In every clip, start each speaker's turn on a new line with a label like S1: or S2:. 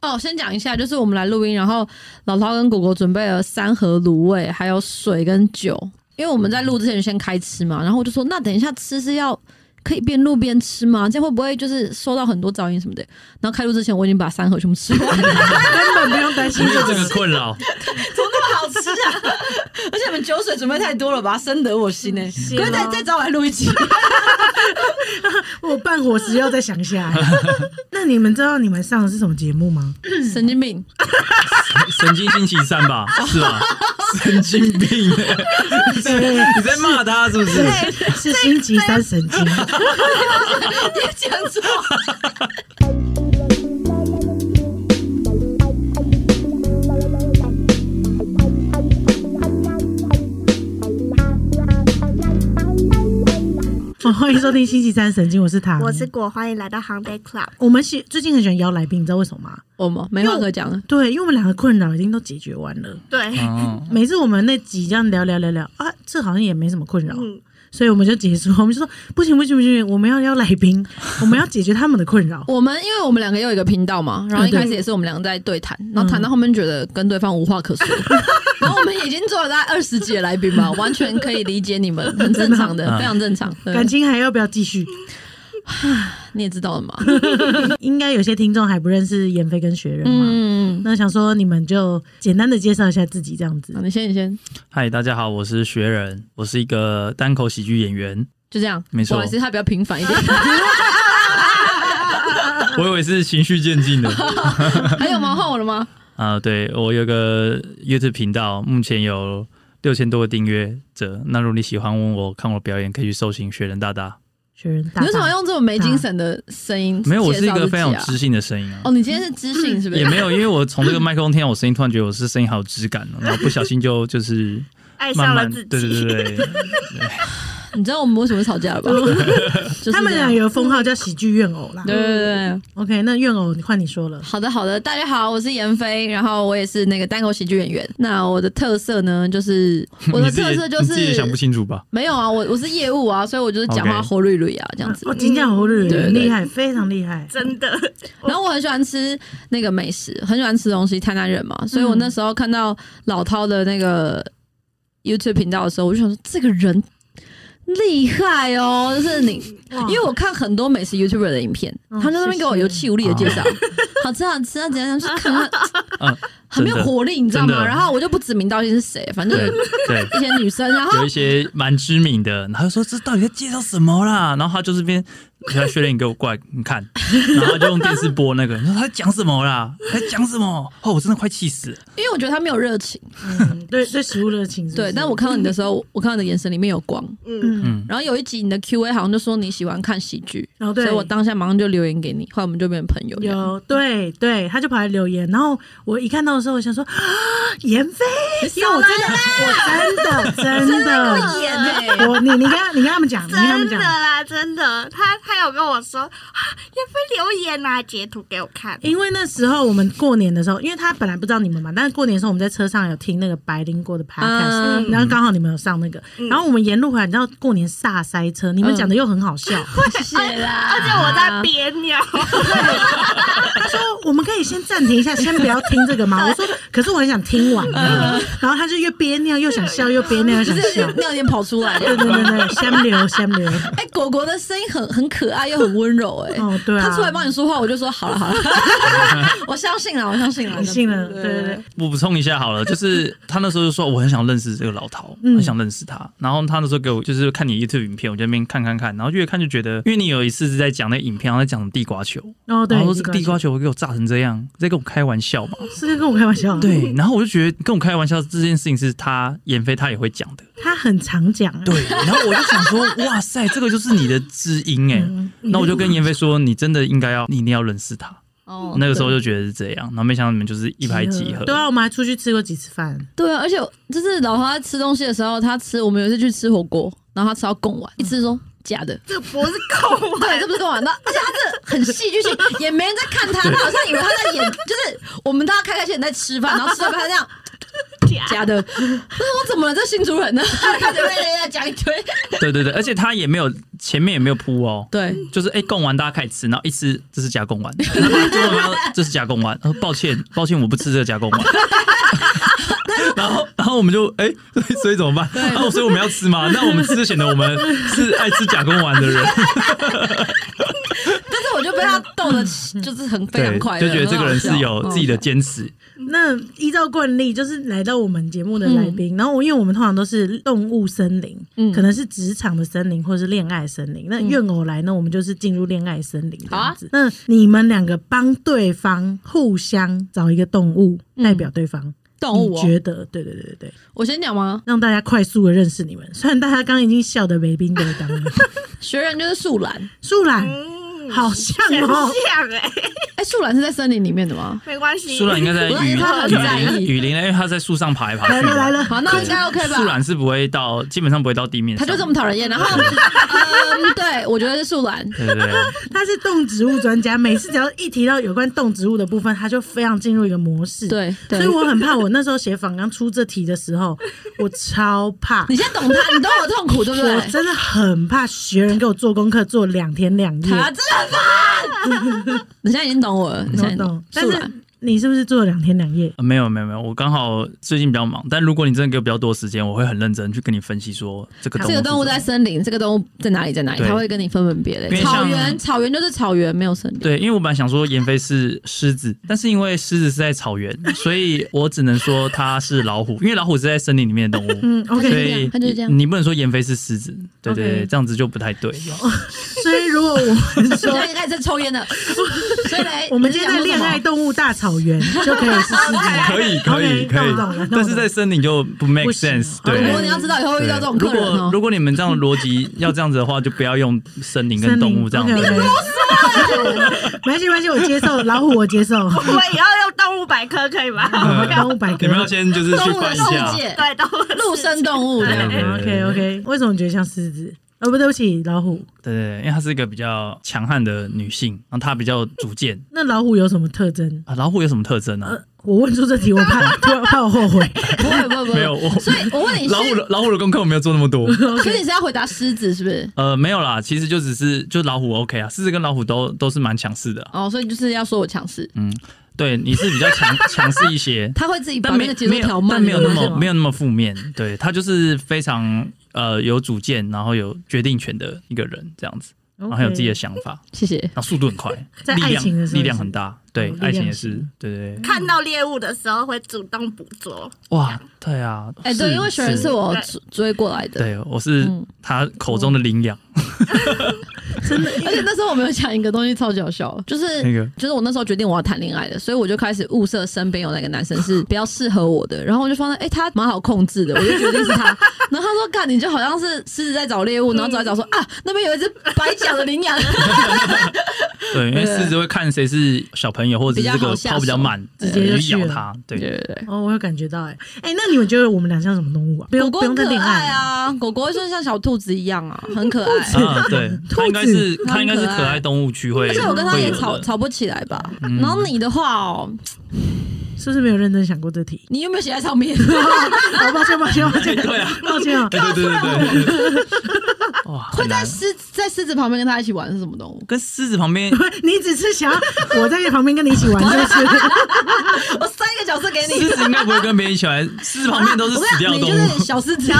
S1: 哦，先讲一下，就是我们来录音，然后老涛跟果果准备了三盒卤味，还有水跟酒，因为我们在录之前先开吃嘛，然后我就说，那等一下吃是要可以边录边吃吗？这样会不会就是收到很多噪音什么的？然后开录之前，我已经把三盒全部吃完了，
S2: 根本不用担心
S3: 经历
S2: 这
S3: 这
S2: 个
S3: 个。困扰，
S4: 怎么那么好吃啊？ 而且你们酒水准备太多了吧，深得我心呢、
S2: 啊
S4: 欸。可以再再找我来录一集。
S2: 我办伙食要再想一下。那你们知道你们上的是什么节目吗？
S1: 神经病！
S3: 神经星期三 吧，是吧？神经病、欸， 你在骂他是不是？
S2: 是星期三神经。
S4: 别这样做。
S2: 好哦欢迎收听星期三神经，我是塔。
S5: 我是果，欢迎来到 Hung Day Club。
S2: 我们喜最近很喜欢邀来宾，你知道为什么吗？
S1: 我们没话可讲了，
S2: 对，因为我们两个困扰已经都解决完了。
S5: 对，
S3: 哦，
S2: 每次我们那集这样聊聊聊聊啊，这好像也没什么困扰，
S5: 嗯
S2: 所以我们就结束。我们就说不行不行不行，我们要邀来宾，我们要解决他们的困扰。
S1: 我们因为我们两个又有一个频道嘛，
S3: 嗯
S1: 然后一开始也是我们两个在对谈，然后谈到后面觉得跟对方无话可说，
S3: 嗯
S1: 然后我们已经做了大概二十集的来宾吧，完全可以理解你们，很正常
S3: 嗯
S1: 的，非常正常。 对
S2: 感情还要不要继续？
S1: 你也知道了 嘛，
S2: 应该有些听众还不认识妍飞跟学人嘛，
S1: 嗯，
S2: 那想说你们就简单的介绍一下自己这样子
S1: 好，。你先，你先，
S3: 嗨，大家好，我是学人，我是一个单口喜剧演员，
S1: 就这样，
S3: 没错
S1: 不好意思，他比较平 凡一点。
S3: 我以为是循序渐进的。
S1: 还有吗？换我了吗？
S3: 啊、对我有个 YouTube 频道，目前有六千多个订阅者。那如果你喜欢我看我表演，可以去搜寻学人大 大。
S2: 学人大
S1: 你为什么
S2: 大，
S1: 用这种没精神的声音、
S3: 没有，我是一个非常有
S1: 知。
S3: 知性的声音啊。
S1: 哦，你今天是知性是不是？
S3: 也没有，因为我从这个麦克风听到我声音，突然觉得我是声音好有质感哦，然后不小心就就是
S5: 爱
S3: 慢
S5: 上了
S3: 慢，
S5: 自己。
S3: 对对对对，
S1: 你知道我们为什么吵架了 吧？就是
S2: 他们
S1: 这
S2: 俩
S1: 样
S2: 有封号叫喜剧怨偶啦。
S1: 对对对。对
S2: OK，那怨偶换你说了，
S1: 好的，好的，大家好，我是闫飞，然后我也是那个单口喜剧演员。那我的特色呢， 就是 我的
S3: 你自己
S1: 特色就
S3: 你自己也想不
S1: 是
S3: 清 楚吧？
S1: 没有啊，我我是业务啊，所以我就是讲话
S3: OK
S1: 活绿绿啊这样子
S2: 我。哦金匠侯日
S1: 对对
S2: 很
S1: 对
S2: 厉害，非常厉害。
S5: 真的，
S1: 然后我很喜欢吃那个美食，很喜欢吃东西，台南人嘛，所以我那
S2: 嗯
S1: 时候看到老涛的那个 YouTube 频道的时候，我就想说这个人厉害哦，就是你，
S2: 哇
S1: 因为我看很多美食 YouTuber 的影片，
S2: 嗯
S1: 他们在那边给我
S2: 谢谢
S1: 有气无力的介绍，好吃好吃啊，怎样怎样，就是看他
S3: 嗯
S1: 很没有
S3: 真的
S1: 活力，你知道
S3: 真
S1: 吗？
S3: 的
S1: 然后我就不指名道姓是谁，反正就
S3: 对
S1: 是
S3: 对。
S1: 一些女生，然后
S3: 有一些蛮知名的，然后说这到底在介绍什么啦？然后他就这边，他学练你给我过来你看，然后他就用电视播那个，你说他在讲什么啦？他在讲什么？哦，我真的快气死了！
S1: 因为我觉得他没有热情，
S2: 嗯，对对，食物热情是不是。
S1: 对，但我看到你的时候， 我看到你的眼神里面有光。
S5: 嗯，
S2: 嗯，
S1: 然后有一集你的 Q&A 好像就说你喜欢看喜剧，所
S2: 哦对
S1: 以我当下马上就留言给你，后来我们就变成朋友 这样。
S2: 有对对，他就跑来留言，然后我一看到的时候，我想说，啊妍飞，因为我真的，我真的真的，
S5: 演欸
S2: 我你你跟他你跟他们讲，你跟他们
S5: 真的
S2: 讲，
S5: 啦，真的。他他有跟我说，啊，要不留言啊，截图给我看。
S2: 因为那时候我们过年的时候，因为他本来不知道你们嘛，但是过年的时候我们在车上有听那个白灵过的 podcast，、
S1: 嗯
S2: 然后刚好你们有上那个，然后我们沿路回来，你知道过年煞塞车，你们讲的又很好笑，
S1: 谢谢啦。
S5: 而且我在憋尿，
S2: 他说我们可以先暂停一下，先不要听这个嘛。我说可是我很想听完啊，然后他就越憋尿又想笑，又憋尿又
S1: 就
S2: 想
S1: 是
S2: 笑。
S1: 尿点跑出来 这
S2: 对
S1: 样。
S2: 对对对，先 留先留。
S1: 哎、果果的声音很很可爱又很温柔、哎、
S2: 哦，对啊，
S1: 他出来帮你说话，我就说好了好了， 我相信了，我相信了，
S2: 你信了，对对对
S1: 对，
S3: 我补充一下好了，就是他那时候就说我很想认识这个老陶，很想认识他。然后他那时候给我就是看你 YouTube 影片，我就在那边看看看，然后越看就觉得，因为你有一次是在讲那个影片，然后在讲地瓜球，
S2: 哦对
S3: 然后，说这个地瓜
S2: 球
S3: 球会给我炸成这样，在跟我开玩笑嘛？
S2: 是在跟我开玩笑，，
S3: 对，然后我就觉得跟我开玩笑这件事情是他妍飞他也会讲的，
S2: 他很常讲，啊
S3: 对，然后我就想 说，哇塞，这个就是你的知音哎。那我就跟妍飞说，你真的应该要，你一定要认识他。
S1: 哦
S3: 那个时候就觉得是这样，然后没想到你们就是一拍即合。
S2: 对啊，我们还出去吃过几次饭，
S1: 对啊，而且就是老花在吃东西的时候，他吃我们有一次去吃火锅，然后他吃到贡
S2: 嗯
S1: 丸，一吃说假的，
S5: 这不是够
S1: 对，
S5: 完
S1: 这。不是跟我玩的，而且他是很戏剧性，也没人在看他，他好像以为他在演，就是我们大家开开心心在吃饭，然后吃到他这样，
S5: 假
S1: 假的。那我怎么了？这新主人呢？
S4: 开始被人家讲一堆，
S3: 对对对，而且他也没有前面也没有铺 哦，
S1: 对，
S3: 就是哎贡丸大家开始吃，然后一吃这是加贡丸，然后就问他这是加贡丸，呃抱歉 抱歉我不吃这个加贡丸。 然后，然后我们就哎、所以所以怎么办？然后、所以我们要吃嘛？那我们吃就显得我们是爱吃假贡丸 的人，
S1: 但是我就被他逗的，就是很非常
S3: 对，
S1: 快乐，
S3: 就觉得这个人是有自己的
S1: 嗯
S3: 坚持。
S2: 那依照惯例，就是来到我们节目的来宾，然后因为我们通常都是动物森林，
S1: 嗯
S2: 可能是职场的森林或是恋爱森林。那怨偶来呢，我们就是进入恋爱森林这样子。
S1: 啊
S2: 那你们两个帮对方互相找一个动物代表对方，
S1: 动物
S2: 你
S1: 嗯哦。
S2: 觉得？对对对对对，
S1: 我先讲吗？
S2: 让大家快速的认识你们。虽然大家刚刚已经笑得没冰没 当了，
S1: 学人就是树懒，
S2: 树懒
S5: 嗯，
S2: 好像
S5: 很
S2: 哦，
S5: 像哎，
S1: 哎，树懒是在森林里面的吗？
S5: 没关系。
S3: 树懒应该在
S1: 我
S3: 雨
S1: 他很在
S3: 雨
S1: 意
S3: 林雨林，因哎为他在树上爬来爬去
S2: 来
S3: 的。
S2: 了来了，
S1: 好，那应该 OK 吧？
S3: 树懒是不会到，基本上不会到地面
S1: 他
S3: 上。
S1: 就这么讨人厌，然后，嗯，对我觉得是树懒，
S3: 对对对，
S2: 他是动植物专家，每次只要一提到有关动植物的部分，他就非常进入一个模式。，
S1: 对
S2: 所
S1: 对
S2: 以。我很怕，我那时候写访纲出这题的 时候，我超怕
S1: 你，先懂他，你懂我痛苦，对不
S2: 我
S1: 对？
S2: 真的很怕学人给我做功课做两天两夜，
S1: 他真的很烦。 你现在已经懂我了，你现在
S2: 我
S1: 已经
S2: 懂。但
S1: 树
S2: 是
S1: 懒，
S2: 你是不是做了两天两夜？
S3: 呃没有没有没有，我刚好最近比较忙，但如果你真的给我比较多时间，我会很认真去跟你分析说这个动物
S1: 这
S3: 是
S1: 个
S3: 什么。
S1: 动物在森林，这个动物在哪里，在哪里？
S3: 对
S1: 它会跟你分门别
S3: 因为
S1: 类。
S3: 像
S1: 草原，草原就是草原，没有森林。
S3: 对，因为我本来想说闫飞是狮子，但是因为狮子是在草原，所以我只能说它是老虎，因为老虎是在森林里面的动物。
S2: 嗯
S1: 它就是
S3: 所
S2: ，OK。
S1: 这
S3: 以
S1: 样它就是这样
S3: 你不能说闫飞是狮子，对对
S2: OK
S3: 对，这样子就不太对。
S2: 所以如果我们
S1: 现
S2: 说
S1: 在开始在抽 烟了，所以嘞，
S2: 我们今天在
S1: 你是
S2: 恋
S1: 想说什么
S2: 爱动物大草 原，就可以是狮子。
S3: 可以可以
S2: OK，
S3: 可
S2: 那我懂了那我懂了
S3: 以，但是在森林就不 make
S2: 不行
S3: sense。
S2: OK
S1: 如
S3: 对
S1: 果，你要知道以后会遇到这种
S3: 如
S1: 客人
S3: 果
S1: 哦，
S3: 如果你们这样的逻辑要这样子的话，就不要用森林跟动物这样子。
S2: OK，OK 没关系，没关系，我接受 老虎，我接受。
S5: 我们以后用动物百科可以吗？
S3: 呃
S2: 动物百科
S3: 你们要先就是去
S1: 动物
S3: 翻
S1: 的
S3: 一
S1: 世
S3: 下。
S1: 界，
S5: 对，动物
S1: 陆生动物
S3: 对
S1: 的。
S3: 对
S2: OK OK，为什么你觉得像狮子？哦，不对不起，老虎。
S3: 对对，对因为她是一个比较强悍的女性，然后她比较有主见
S2: 那老虎有什么特征？
S3: 啊。老虎有什么特征呢、啊？
S2: 呃，我问出这题，我 怕突然怕我后悔。
S1: 不会不会不会。
S3: 没有，我
S1: 所以我问你，
S3: 老虎的老虎的功课我没有做那 么多。
S1: 所以你是要回答狮子是不是？
S3: 呃，没有啦，其实就只是就老虎 OK 啊，狮子跟老虎都都是蛮强势的啊、
S1: 哦，所以就是要说我强势，
S3: 对，你是比较强 强势一些，
S1: 他会自己把
S3: 但
S1: 那
S3: 没
S1: 个节奏
S3: 没有
S1: 调慢，
S3: 但没有那
S1: 是吗
S3: 么没有那么负面。对，他就是非常呃有主见，然后有决定权的一个人这样子，然后很有自己的想法，
S1: 谢谢。
S3: 然后速度 很快，
S2: 在
S3: 力
S2: 爱
S3: 量
S2: 情的时候
S3: 力量
S2: 也是
S3: 很大。对
S2: 哦，力
S3: 爱情
S2: 量
S3: 也
S2: 型
S3: 是，对对对。
S5: 看到猎物的时候会主动捕捉，
S3: 哇，对啊，
S1: 哎，对，因为雪人是我追追过来的，
S3: 对，我是
S1: 嗯
S3: 他口中的领养，
S1: 而且那时候我们有讲一个东西超级好笑，就是
S3: 那个
S1: 就是我那时候决定我要谈恋爱的，所以我就开始物色身边有哪个男生是比较适合我的，然后我就发现哎、他蛮好控制的，我就决定 是他。然后他说干，你就好像是狮子在找猎物，然后找一找说啊那边有一只白脚的 羚羊，
S3: 对，因为
S1: 对
S3: 狮子会看谁是小朋友或者
S1: 比
S3: 是
S1: 较
S3: 这
S1: 好
S3: 个
S1: 下
S3: 跑比较
S1: 手
S3: 慢，
S2: 直接就
S3: 呃
S2: 去
S3: 去咬
S2: 了
S3: 它。
S1: 对
S3: 对，
S1: 对对。
S2: 哦，我有感觉到哎、哎、那你们觉得我们俩像什么动物啊？不
S1: 狗狗
S2: 用不
S1: 很
S2: 用再
S1: 可
S2: 恋
S1: 爱
S2: 爱，
S1: 啊，狗狗就像小兔子一样啊，很可爱。
S3: 啊，对， 它应该是
S1: 兔子
S3: 它应该是
S1: 它很可
S3: 可
S1: 爱
S3: 爱动物区会，
S1: 而且我跟他
S3: 会
S1: 也
S3: 有
S1: 吵
S3: 的
S1: 吵不起来吧。
S3: 嗯
S1: 然后你的话哦，？
S2: 是不是没有认真想过这题
S1: 你有没有写在上面？
S3: 嗯
S2: 好，抱歉抱歉抱歉，
S3: 对啊，
S2: 抱歉啊。
S3: 哎对对对对对，哇，
S1: 会
S3: 很
S1: 在
S3: 难。
S1: 狮在狮子旁边跟他一起玩是什么动物？
S3: 跟狮子旁边，
S2: 你只是想要我在旁边跟你一起玩，就是
S1: 我塞一个角色给你
S3: 狮。子应该不会跟别人一起玩，狮子旁边都是
S1: 我
S3: 死
S1: 跟
S3: 掉的
S1: 你
S3: 动
S1: 讲，你就是
S3: 物。
S1: 小 狮子，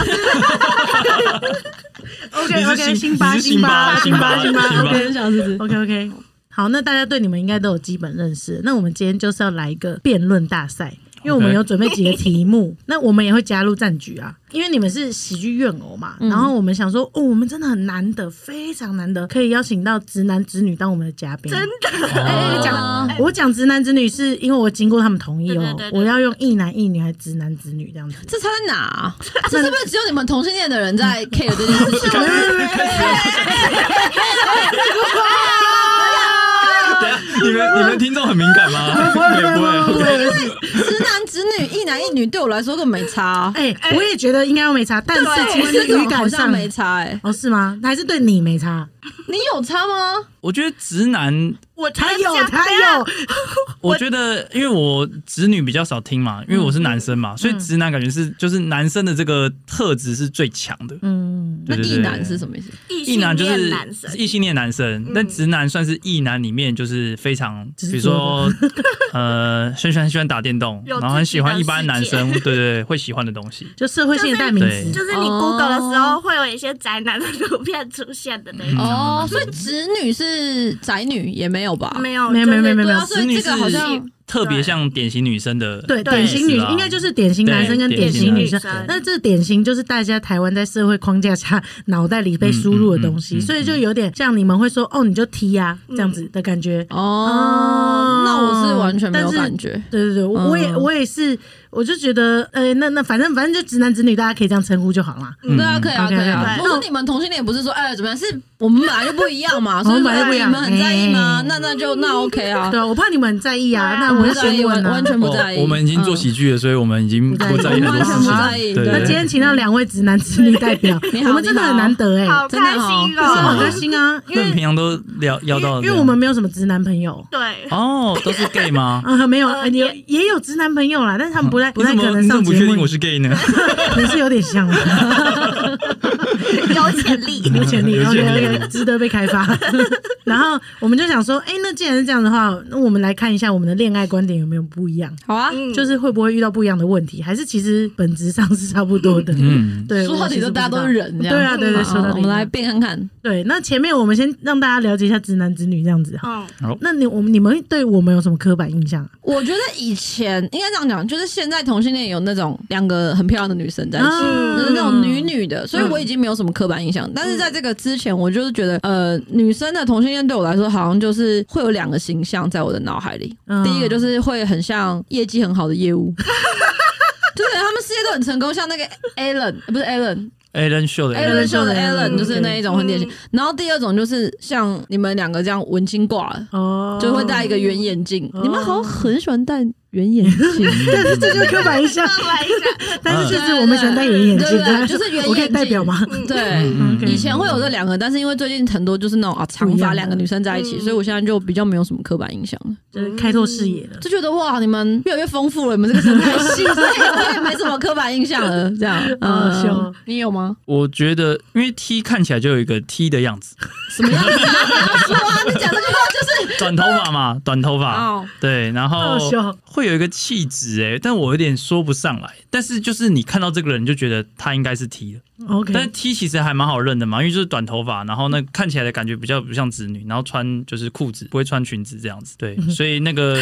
S2: OK
S3: 你
S2: OK，
S3: 是辛
S2: 辛巴
S3: 你是
S2: 辛巴
S3: 辛
S2: 辛
S3: 巴辛巴
S2: 巴
S3: 辛巴
S2: ，OK
S1: 小狮子。
S2: OK OK，好，那大家对你们应该都有基本认识。那我们今天就是要来一个辩论大赛，因为我们
S3: OK
S2: 有准备几个题目， 那我们也会加入战局啊。因为你们是喜剧怨偶嘛，然后我们想说，哦，我们真的很难得，非常难得，可以邀请到直男直女当我们的嘉宾。
S5: 真的
S2: 哎
S3: 哦
S2: 讲我讲直男直女是因为我经过他们同意哦
S5: 对对对，对
S2: 我要用一男一女还是直男直女这样子。
S1: 这差在哪啊？这是不是只有你们同性恋的人 在 care 这件事情？
S3: 等一下，你们你们听众很敏感吗？也不会，
S1: 直男直女一男一女对我来说更没差啊。
S2: 哎、我也觉得应该要没差，但是其
S1: 其
S2: 实
S1: 实
S2: 语
S1: 好
S2: 感
S1: 像
S2: 上
S1: 没差哎。
S2: 哦是吗？还是对你没差？
S1: 你有差吗？
S3: 我觉得直男，
S5: 我
S2: 他有
S5: 才不
S2: 他
S5: 要
S2: 有，
S3: 我觉得因为我直女比较少听嘛，因为我是男生嘛，所以直男感觉是就是男生的这个特质是最强的。
S2: 嗯，
S1: 那
S3: 对对
S1: 异
S3: 对
S1: 男是什么意思？
S5: 异
S3: 异
S5: 性
S3: 男就是
S5: 恋男生，
S3: 异性恋男生，但直男算是异男里面就是非常，
S2: 执
S3: 比如说 呃，很喜欢喜欢打电动，
S5: 有
S3: 然后很喜欢
S5: 自己
S3: 一
S5: 的
S3: 般
S5: 世
S3: 男
S5: 界
S3: 生，对对对，会喜欢的东西。
S2: 就社会性的代名词，
S5: 就是你 Google 的时
S2: 哦
S5: 候会有一些宅男的图片出现的那
S3: 嗯
S5: 种。
S1: 哦，所以直女是宅女也没有吧？
S5: 没有，
S2: 嗯没有
S5: 就是
S2: 没有没有没
S1: 对
S2: 有哎
S1: 啊，所以这个好
S3: 直
S1: 像
S3: 特别像典型女生的，
S2: 对，
S5: 对
S2: 典型女
S3: 是吧
S2: 应该就是典型男生跟
S3: 对
S2: 典型女生
S5: 典型女生。
S2: 那这典型就是大家台湾在社会框架下脑袋里被输入的东西，
S3: 嗯嗯嗯嗯
S2: 所以就有点像你们会说哦，你就踢呀、这样子的感觉。
S1: 哦，那我是完全没有
S2: 但是
S1: 感觉。
S2: 对对对，我我也
S1: 嗯
S2: 我也是，我就觉得，呃，那那反正反正就直男直女，大家可以这样称呼就好啦。
S6: 嗯
S1: 对啊，
S3: 嗯
S1: 可以啊，可
S2: OK，
S1: 以啊。
S5: 对
S1: 不是你们同性恋也不是说哎怎么样，是我们本来就不一样 嘛，所以
S2: 我
S1: 如果
S2: 们本来就不一
S1: 你
S2: 样
S1: 们很在意吗？
S2: 哎
S1: 那那就那 OK 啊
S2: 对，啊，我怕你们很在意啊，
S5: 对啊
S2: 那我
S1: 不
S2: 就
S1: 在意，
S2: 先
S1: 完
S2: 问啊
S1: 完。全不在意。
S6: 哦
S1: 嗯
S6: 我们已经做喜剧了，所以我们已经不在意很多事
S1: 我
S6: 情。
S1: 完全不在意
S6: 对
S2: 那
S6: 对
S2: 今
S6: 对，
S2: 天请到两位直男直女代表
S1: 你，好
S2: 我们真的
S1: 你好
S2: 很难得哎、
S5: 好
S1: 真的
S5: 开心
S1: 哦
S2: 好开
S5: 哦！
S2: 心啊，因
S3: 那你
S2: 为
S3: 平常都聊聊
S2: 因
S3: 到
S2: 为
S3: 这样，
S2: 因为我们没有什么直男朋友。
S5: 对，
S3: 哦都是 gay 吗？
S2: 啊，没有，
S5: 呃
S2: 呃也
S5: 也
S2: 也有直男朋友啦，但是他们不 太不
S3: 你
S2: 太
S3: 怎
S2: 可
S3: 么
S2: 能
S3: 你怎
S2: 上
S3: 么嗯不
S2: 节
S3: 确定
S2: 目
S3: 我，是 gay 呢？
S2: 你是有点像啦，
S5: 有潜力。
S2: 有潜力
S3: 有潜力
S2: ，OK OK，值得被开 发。然后我们就想说，哎，那既然是这样的话，那我们来看一下我们的恋爱观点有没有不一样，
S1: 好啊，
S5: 嗯
S2: 哦就是会不会遇到不一样的问题，还是其实本质上是差不多的。
S3: 嗯，
S2: 对，
S1: 说到底
S2: 我其实
S1: 都
S2: 不知道
S1: 大家都是人，这样嗯
S2: 对啊，对对，说
S1: 好
S2: 到
S1: 我
S2: 底
S1: 们来变看看。
S2: 对。那前面我们先让大家了解一下直男直女这样子哈。
S5: 嗯，
S2: 那你我们你们对我们有什么刻板印象啊？
S1: 我觉得以前应该这样讲，就是现在同性恋有那种两个很漂亮的女生在一起，
S2: 嗯
S1: 就是那种女女的，所以我已经没有什么刻板印象。但是在这个之前，我就是觉得，呃，女生的同性恋对我来说，好像就是会有两个形象在我的脑海里。
S2: 嗯
S1: 第一个就是会很像业绩很好的业务。就是他们事业都很成功，像那个 Alan 呃不是 Alan，Alan
S3: a l a n show 的 Alan，
S1: 秀的 Alan 就是那一种很典型
S5: 嗯。
S1: 然后第二种就是像你们两个这样文青挂了，
S2: 哦，
S1: 就会戴一个圆眼镜。
S2: 哦
S1: 你们好像很喜欢戴圆眼镜，
S2: 但是这就是刻板印象。
S5: 开玩笑，
S2: 但是就是我们喜欢戴圆眼镜，
S1: 嗯对对对
S2: 但
S1: 就是圆
S2: 我可以
S1: 眼
S2: 代
S1: 镜
S2: 表吗？
S1: 对。
S3: 嗯
S2: OK
S1: 以前会有这两个，但是因为最近很多就是那种啊长
S2: 不一样
S1: 发
S2: 的
S1: 两个女生在一起，
S5: 嗯
S1: 所以我现在就比较没有什么刻板印象了，
S2: 就是开拓视野了。
S1: 就觉得哇，你们越来越丰富了，你们这个生态系，所以我也没什么刻板印象了。这样，
S2: 好好笑哦
S1: 嗯，你有吗？
S3: 我觉得因为 T 看起来就有一个 T 的样子，
S1: 什么样子啊？说啊，你讲这句话就是
S3: 短头发嘛，短头发，
S1: 哦，
S3: 对，然后
S2: 好笑
S3: 会有一个气质哎，但我有点说不上来，但是就是你看到这个人就觉得他应该是 T 的，
S1: 嗯
S2: OK，
S3: 嗯但是 T 其实还蛮好认的嘛，因为就是短头发，然后那看起来的感觉比较不像直女，然后穿就是裤子不会穿裙子这样子，对，
S1: 嗯
S3: 所以 那个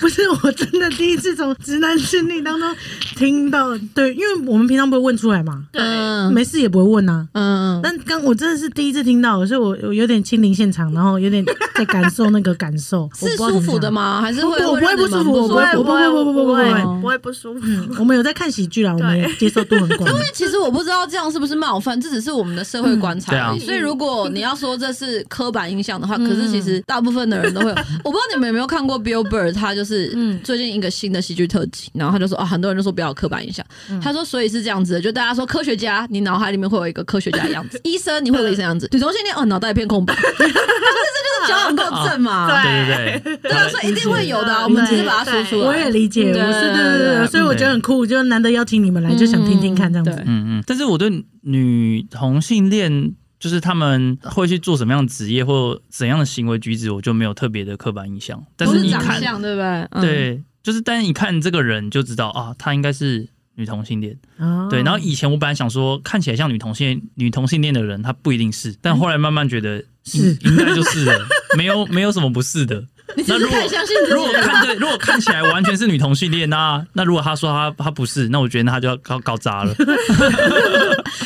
S2: 不是我真的第一次从直男直女当中听到，对，因为我们平常不会问出来嘛，
S1: 嗯
S2: 没事也不会问啊。
S1: 嗯，
S2: 但刚我真的是第一次听到，所以我我有点亲临现场，然后有点在感受那个感受，
S1: 是舒服的
S2: 吗？
S1: 吗？还是会
S2: 我不会
S1: 让你们
S2: 不舒服
S1: 不
S2: 我
S5: 不会
S2: 不不不
S5: 不
S2: 不嗯
S5: 会
S1: 不
S5: 不会不舒服。
S2: 我们有在看喜剧啦，我们也接受度很广。
S1: 其实我不知道这样是不是冒犯，这只是我们的社会观察而已。
S3: 嗯对啊
S1: 所以如果你要说这是刻板印象的话，可是其实大部分的人 都会有。我不知道你们有没有看过 Bill Burr，他就是最近一个新的喜剧特辑，然后他就说啊，很多人都说不要有刻板印象。他说所以是这样子的，就大家说科学家，你脑海里面会有一个科学家的样 子；医生，你会有医生的 样子；女同性恋，哦，脑袋一片空白。 就是这就是矫枉过正嘛。
S5: 对
S3: 对啊对 对，
S1: 对啊，所以一定会有的啊，我们只是把它说出来。
S2: 我
S3: 嗯
S2: 也理解，
S1: 对
S2: 哎我是对对
S1: 对
S2: 对，所以我觉得很酷，就难得邀请你们来，就想听听看这样
S1: 嗯对
S2: 子。
S3: 嗯嗯，但是我对女同性恋，就是他们会去做什么样的职业或怎样的行为举止，我就没有特别的刻板印象。但
S1: 都
S3: 你
S1: 长
S3: 看，
S1: 相，对不对？嗯，
S3: 对，就是但是你看这个人就知道啊，她应该是女同性恋。
S2: 哦
S3: 对，然后以前我本来想说，看起来像女同性女同性恋的人，她不一定是，但后来慢慢觉得
S2: 是
S3: 应应该就是的， 没有没有什么不是的。
S1: 你只
S3: 那
S1: 是
S3: 如果
S1: 太相信自
S3: 如
S1: 己啊
S3: 果
S1: 了吧。
S3: 看对，如果看起来完全是女同性恋，那那如果她说她她不是，那我觉得那她就要搞搞砸了。
S1: 因为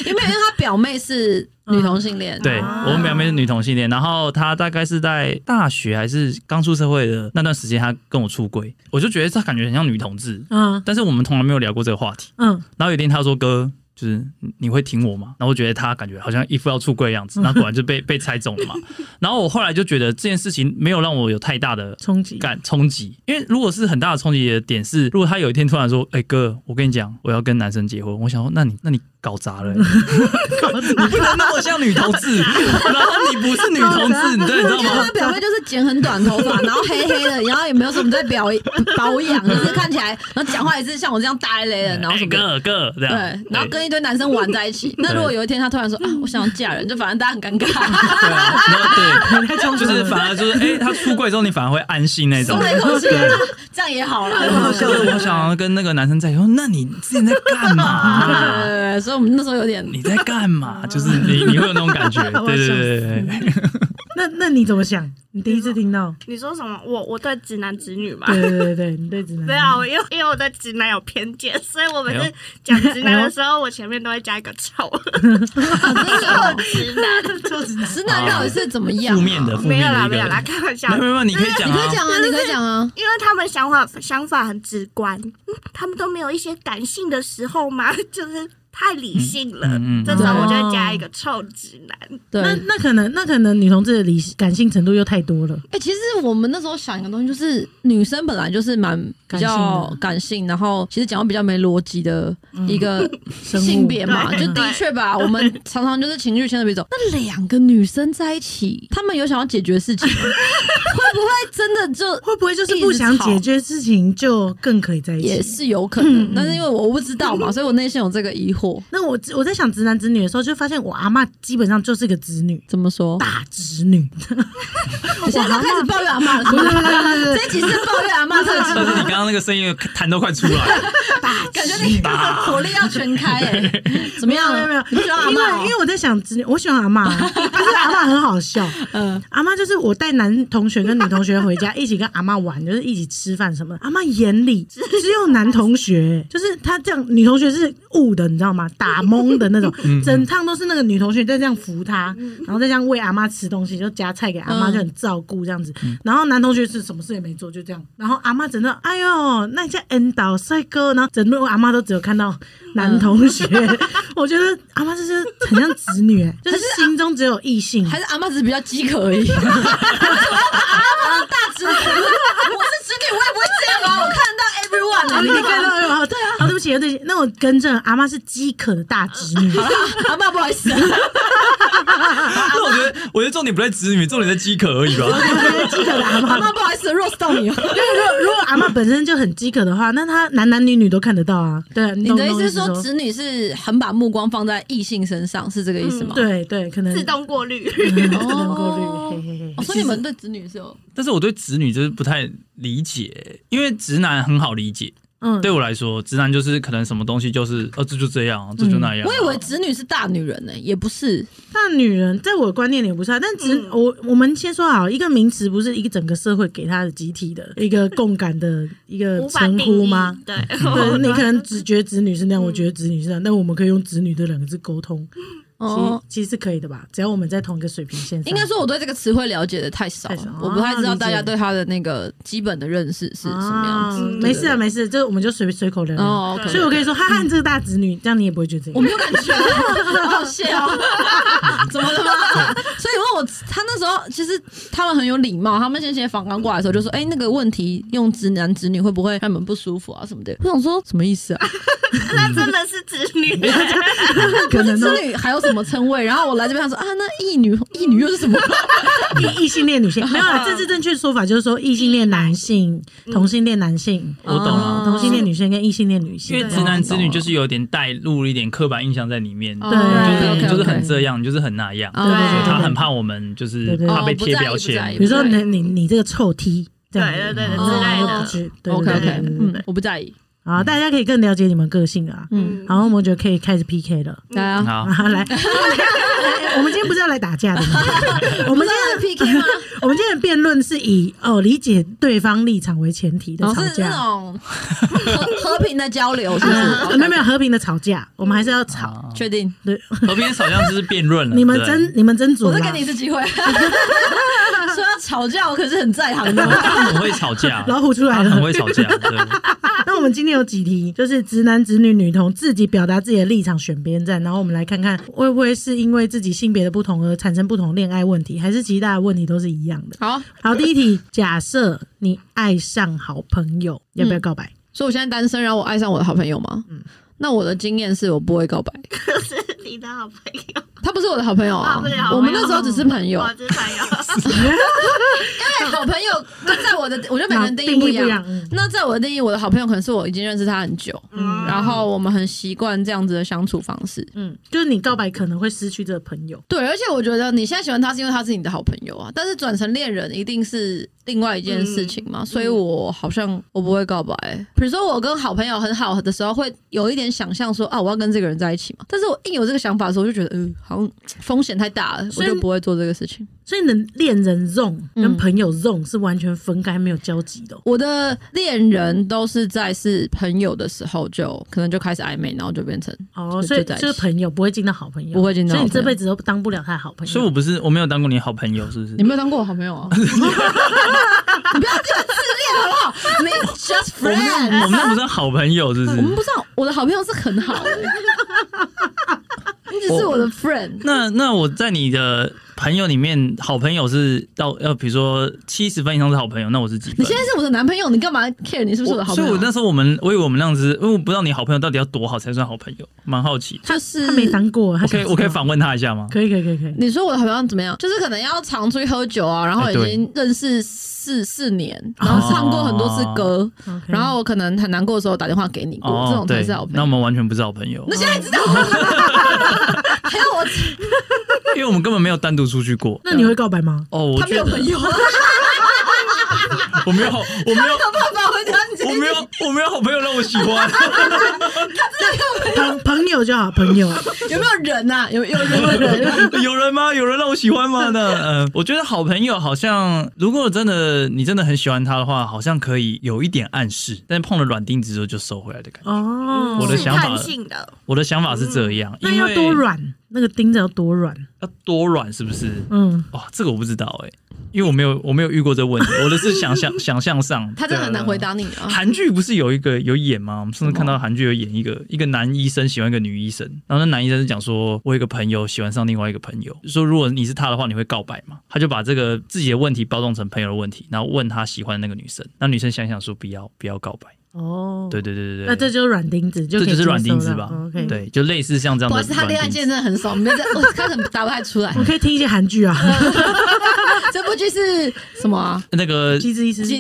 S1: 因为他表妹是女同性恋，
S3: 对，
S2: 啊
S3: 我们表妹是女同性恋，然后她大概是在大学还是刚出社会的那段时间，她跟我出轨，我就觉得她感觉很像女同志，
S2: 嗯
S3: 但是我们从来没有聊过这个话题。
S2: 嗯，
S3: 然后有一天她说：“哥，就是你你会挺我吗？”然后我觉得她感觉好像一副要出轨的样子，那果然就被 被猜中了嘛。然后我后来就觉得这件事情没有让我有太大的
S2: 冲击
S3: 感冲击，因为如果是很大的冲击的点是，如果她有一天突然说：“哎、哥，我跟你讲，我要跟男生结婚。”我想说：“那你那你搞砸了、你不能那么像女同志，然后你不是女同志，你对，你知道
S1: 因为
S3: 吗
S1: 他？表妹就是剪很短头发，然后黑黑的，然后也没有什么在表 保养，就是看起来，然后讲话也是像我这样大咧咧的，然后什
S3: 哎
S1: 么的。
S3: 哥哥这
S1: 对
S3: 样，，哎
S1: 然后跟一堆男生玩在一起。 那如果有一天他突然说啊，我想要嫁人，就反正大家很尴 尬，
S3: 对啊，然 后对，就是反而就是哎，他出柜之后你反而会安心那种
S1: 松。了一口气，这样也好了。
S3: 我想要跟那个男生在一起，我说那你之前在干 嘛？
S1: 对，所以我们那时候有点，
S3: 你在干嘛？就是你你会有那种感觉，对对对对对。
S2: 那那你怎么想？你第一次听到？
S5: 你说什么？我我对直男直女嘛？
S2: 对对对对，你对直男
S5: 没有，因为因为我对直男有偏见，所以我每
S3: 哎
S5: 次
S3: 呦
S5: 讲直男的时候，我前面都会加一个臭，臭直男。
S2: 做直男
S1: 直男到底是怎么样啊？
S3: 负面的，负
S5: 没
S3: 面的一个
S5: 有啦，没有啦，开玩笑
S3: 没。有没有，没有你可以讲
S1: 你可以
S3: 啊，
S1: 讲啊，你可以讲啊。
S5: 因为他们想法想法很直观、嗯，他们都没有一些感性的时候嘛， 就是太理性了。
S3: 嗯嗯嗯
S5: 这时候我就会加一个臭直男。
S1: 对，
S2: 那那可能那可能女同志的理感性程度又太多了，
S1: 哎、其实我们那时候想一个东西，就是女生本来就是蛮比较感性，然后其实讲话比较没逻辑的一个
S2: 生物
S1: 性别嘛，
S5: 对
S1: 就的确吧，我们常常就是情绪牵着鼻走。那两个女生在一起，她们有想要解决事情吗，会不会真的就
S2: 会不会就是不想解决事情就更可以在一
S1: 也
S2: 起？
S1: 是有可能？但是因为我不知道嘛，所以我内心有这个疑惑。
S2: 那我我在想直男直女的时候，就发现我阿嬷基本上就是个直女，
S1: 怎么说？
S2: 大直女。
S1: 你现在都开始抱怨阿妈了，是不是？ 这一集是抱怨阿妈特辑
S3: 但， 是你刚刚那个声音痰都快出来了，
S1: 感觉你火力要全开哎、怎么
S2: 没有
S1: 样？
S2: 没有没有，
S1: 你不喜欢阿哦
S2: 因
S1: 妈、
S2: 为因为我在想直女，我喜欢阿 嬷，但是阿嬷很好笑。嗯，阿嬷就是我带男同学跟女同学回家一起跟阿嬷玩，就是一起吃饭什么的。阿嬷眼里只有男 同学，就是她这样，女同学是雾的，你知道吗？打懵的那种，整趟都是那个女同学在这样扶她，然后再这样喂阿嬷吃东西，就夹菜给阿嬷，
S1: 嗯
S2: 就很照顾这样子。然后男同学是什么事也没做，就这样。然后阿嬷整个，哎呦，那家 N 导帅哥，然后整路阿嬷都只有看到男 同学。我觉得阿嬷就是很像直女、欸，就是心中只有异性。
S1: 还是阿妈只是比较饥渴而已。 阿妈大侄女，我是侄女，我也不会这样啊！我看到 everyone
S2: 啊，
S1: 啊，
S2: 你
S1: 你
S2: 可以
S1: 看
S2: 看
S1: 到
S2: 到，哎呦，对啊，哦对不起，对不起，那我更正，阿嬷是饥渴的大直 女，
S1: 阿妈不好意思啊，
S3: 那我觉得我觉得重点不在子女，重点在饥渴而已吧。
S2: 饥渴的阿
S1: 阿
S2: 嬷。
S1: 妈不好意思，rose 到你哦。
S2: 因为如果如果阿嬷本身就很饥渴的话，那她男男女女都看得到啊。对啊，你
S1: 你
S2: 懂
S1: 的意
S2: 懂
S1: 思
S2: 我
S1: 是说，侄女是很把目光放在异性身上，是这个意思吗？
S2: 对对，可能
S5: 自动过滤。
S2: 嗯自动过滤，嘿嘿嘿
S1: 哦。。所以你们对侄女是有
S3: 但是我对子女就是不太理解，因为直男很好理解，
S2: 嗯，
S3: 对我来说，直男就是可能什么东西就是呃这就这样，这就那样。啊
S1: 我以为侄女是大女人呢、也不是。
S2: 大女人，在我的观念里不是啊，但只、
S1: 嗯
S2: 我我们先说好，一个名词不是一个整个社会给它的集体的
S1: 嗯
S2: 一个共感 的一个
S5: 无法
S2: 称
S5: 定
S2: 呼
S5: 义
S2: 吗？？
S5: 对，
S1: 嗯哦
S2: 对，你可能只觉得子女是那样，我觉得子女是那样，但我们可以用“子女”这两个字沟通，
S1: 哦，
S2: 其实其实是可以的吧？只要我们在同一个水平线上。
S1: 应该说我对这个词汇了解的太少
S2: 太少
S1: 了，我不太知道
S2: 啊
S1: 大家
S2: 理解
S1: 对它的那个基本的认识是什么样子。
S2: 啊
S1: 对
S2: 没事啊，。
S1: 对
S2: 没事，这我们就随随口聊
S1: 对
S2: 聊。
S1: 哦，OK，
S2: 所以我可以说，哈哈，你这个大子女，这样你也不会觉得这
S1: 我
S2: 样。
S1: 没有感觉， 好谢哦， 怎么了吗？所以问我，他那时候其实他们很有礼貌，他们先写访刚过来的时候就说：“哎、那个问题用直男直女会不会让你们不舒服啊什么的？”我想说什么意思 啊？
S5: 那真的是直女。
S1: 可是
S2: 能哦
S1: 直女还有什么称谓？然后我来这边他说：“啊，那异女异女又是什 么？
S2: 异异性恋女 性没有啦，政治正确说法就是说异性恋男性、
S1: 嗯
S2: 同性恋男性、
S3: 我懂
S1: 啊
S3: 了，
S2: 同性恋女性跟异性恋女性
S3: 因。为直男直女就是有点带入一点刻板印象在里面，
S1: 哦
S3: 嗯就是你
S1: OK，OK，OK
S3: 就是很这样，你就是很那样。
S1: 哦
S2: 对对
S3: 他很怕我们就是
S2: 对对
S3: 怕被贴
S1: 哦
S3: 标
S1: 不在
S3: 签
S1: 意，
S2: 比如说
S1: 对
S2: 你你你这个臭 T，这样
S5: 对对对对
S2: 哦
S1: 之类的
S2: 又不去对
S1: OK
S2: 对
S1: OK，
S2: 对对对
S1: 嗯，我不在意，
S2: 好，大家可以更了解你们个性啊。
S1: 嗯，
S2: 好，我们就可以开始 PK 了。
S1: 来啊，
S3: 好
S2: 啊， 来，来我们今天不是要来打架的吗？ 我们今天
S1: PK 吗？
S2: 我们今天的辩论是以哦理解对方立场为前提的
S1: 哦，
S2: 吵
S1: 是那
S2: 架，
S1: 种和和平的交流， 是不
S2: 啊
S1: 是？
S2: 没有没有和平的吵架，我们还是要吵。
S1: 确定？
S2: 对，
S3: 和平哦吵架就是辩论了。
S2: 你们
S3: 对
S2: 斟你们斟酌
S1: 我再
S2: 啦
S1: 给你一次机 会。说要吵架，我可是很在行的。
S3: 哦他很会吵 架，
S2: 老虎出来
S3: 他很
S2: 了。
S3: 会吵架。对，
S2: 那我们今天有几题，就是直男、直女、女同自己表达自己的立场选边站，然后我们来看看会不会是因为自己性别的不同而产生不同恋爱问题，还是其实大家的问题都是一样的。
S1: 好，
S2: 好，第一题，假设你爱上好朋友，要不要告白？
S1: 嗯所以我现在单身，然后我爱上我的好朋友吗？那我的经验是我不会告白，
S5: 就是你的好朋友，
S1: 他不是我的好朋友啊，
S5: 啊不是好朋友
S1: 我们那时候只是朋友，
S5: 我是朋友，
S1: 因为好朋友跟在我的，我觉得每个人定义
S2: 定
S1: 不
S2: 义
S1: 一
S2: 不一
S1: 样
S2: 样。。嗯
S1: 那在我的定义，我的好朋友可能是我已经认识他很久，
S5: 嗯
S1: 然后我们很习惯这样子的相处方式。
S2: 嗯，就是你告白可能会失去这个朋友，
S1: 对，而且我觉得你现在喜欢他是因为他是你的好朋友啊，但是转成恋人一定是另外一件事情嘛，所以我好像我不会告白、比如说我跟好朋友很好的时候，会有一点想象说啊，我要跟这个人在一起嘛，但是我一有这个想法的时候，我就觉得嗯、好像风险太大了，我
S2: 所以
S1: 就不会做这个事情。
S2: 所以你的恋人 zone 跟
S1: 嗯
S2: 朋友 zone 是完全分开没有交集的哦、
S1: 我的恋人都是在是朋友的时候就可能就开始暧昧，然后就变成就
S2: 哦，所以
S1: 就在一起
S2: 就是朋友不会进到好朋友，
S1: 不会进到
S2: 所以你
S1: 好朋
S2: 这
S1: 友
S2: 辈子都当不了他的好朋友。
S3: 所以我不是我没有当过你好朋友，是 不是
S1: 你？没有当过我好朋友啊？你不要这样自恋好不好？你 just
S3: 我们
S1: friend。
S3: 那我们那不是好朋友，是不
S1: 我们
S3: 是？
S1: 不知道，我的好朋友是很好的，你只是我的 friend。
S3: 那那我在你的朋友里面，好朋友是到呃，比如说七十分以上是好朋友，那我是几分？
S1: 你现在是我的男朋友，你干嘛 care 你是不是我的好
S3: 所
S1: 朋
S3: 以，
S1: 友？啊
S3: 我那时候我们，我以为我们那样子，因为我不知道你好朋友到底要多好才算好朋友，蛮好奇。
S1: 就是哦
S2: 他没当过，他
S3: 我
S2: 想
S3: 可以，我可以
S2: 知道
S3: 访问他一下吗？
S2: 可以可以可以可以。
S1: 你说我的好朋友怎么样？就是可能要常出去喝酒啊，然后
S3: 哎
S1: 已
S3: 对哦
S1: 经认识四四年，然后唱过很多次歌，
S2: OK
S1: 然后我可能很难过的时候打电话给你过，这种才
S3: 哦对
S1: 是好朋
S3: 那我
S1: 友。
S3: 们完全不是好朋友，
S1: 那现在知道， 还要我
S3: 因为我们根本没有单独出去过。
S2: 那你会告白吗？
S3: 哦，我
S1: 他没
S3: 觉
S1: 有
S3: 得
S1: 朋 友啊，
S3: 我没有，我没有，
S1: 爸爸会这样子。
S3: 我没有，我没有好朋友让我喜欢。
S2: 朋朋友就好，朋友。
S1: 有没有人啊？有有人有 人
S3: 有人吗？有人让我喜欢吗？那呃，我觉得好朋友好像，如果真的你真的很喜欢他的话，好像可以有一点暗示，但碰了软钉子之后就收回来的感觉。
S2: 哦，
S3: 我的
S5: 嗯试
S3: 想法
S5: 探性的，
S3: 我的想法是这样，
S2: 那
S3: 因
S2: 要
S3: 为
S2: 多软，那个钉子要多软。
S3: 要多软是不是？
S2: 嗯，
S3: 哇，这个我不知道哎、因为我没有我没有遇过这个问题，我的是想象 想象上，
S1: 他真的很难回答你
S3: 对啊。
S1: 啊。
S3: 韩剧不是有一个有演吗？我们上次看到韩剧有演一个一个男医生喜欢一个女医生，然后那男医生是讲说，我有一个朋友喜欢上另外一个朋友，说如果你是他的话，你会告白吗？他就把这个自己的问题包装成朋友的问题，然后问他喜欢的那个女生，那女生想想说不要不要告白，
S2: 哦，
S3: 对对对对对，
S2: 那这就是软钉子，就
S3: 这
S2: 可以
S3: 就是软钉子
S2: 接受哦
S3: 吧
S2: 到 OK，，
S3: 对，就类似像这样
S1: 不
S3: 的
S1: 好意
S3: 软
S1: 思，
S3: 钉子。
S1: 他恋爱经验真的很少，没 在，我他可能答不太出来
S2: 我。们可以听一些韩剧啊，
S1: 这部剧是什么啊？哎
S3: 那个
S2: 机智医师。
S1: 几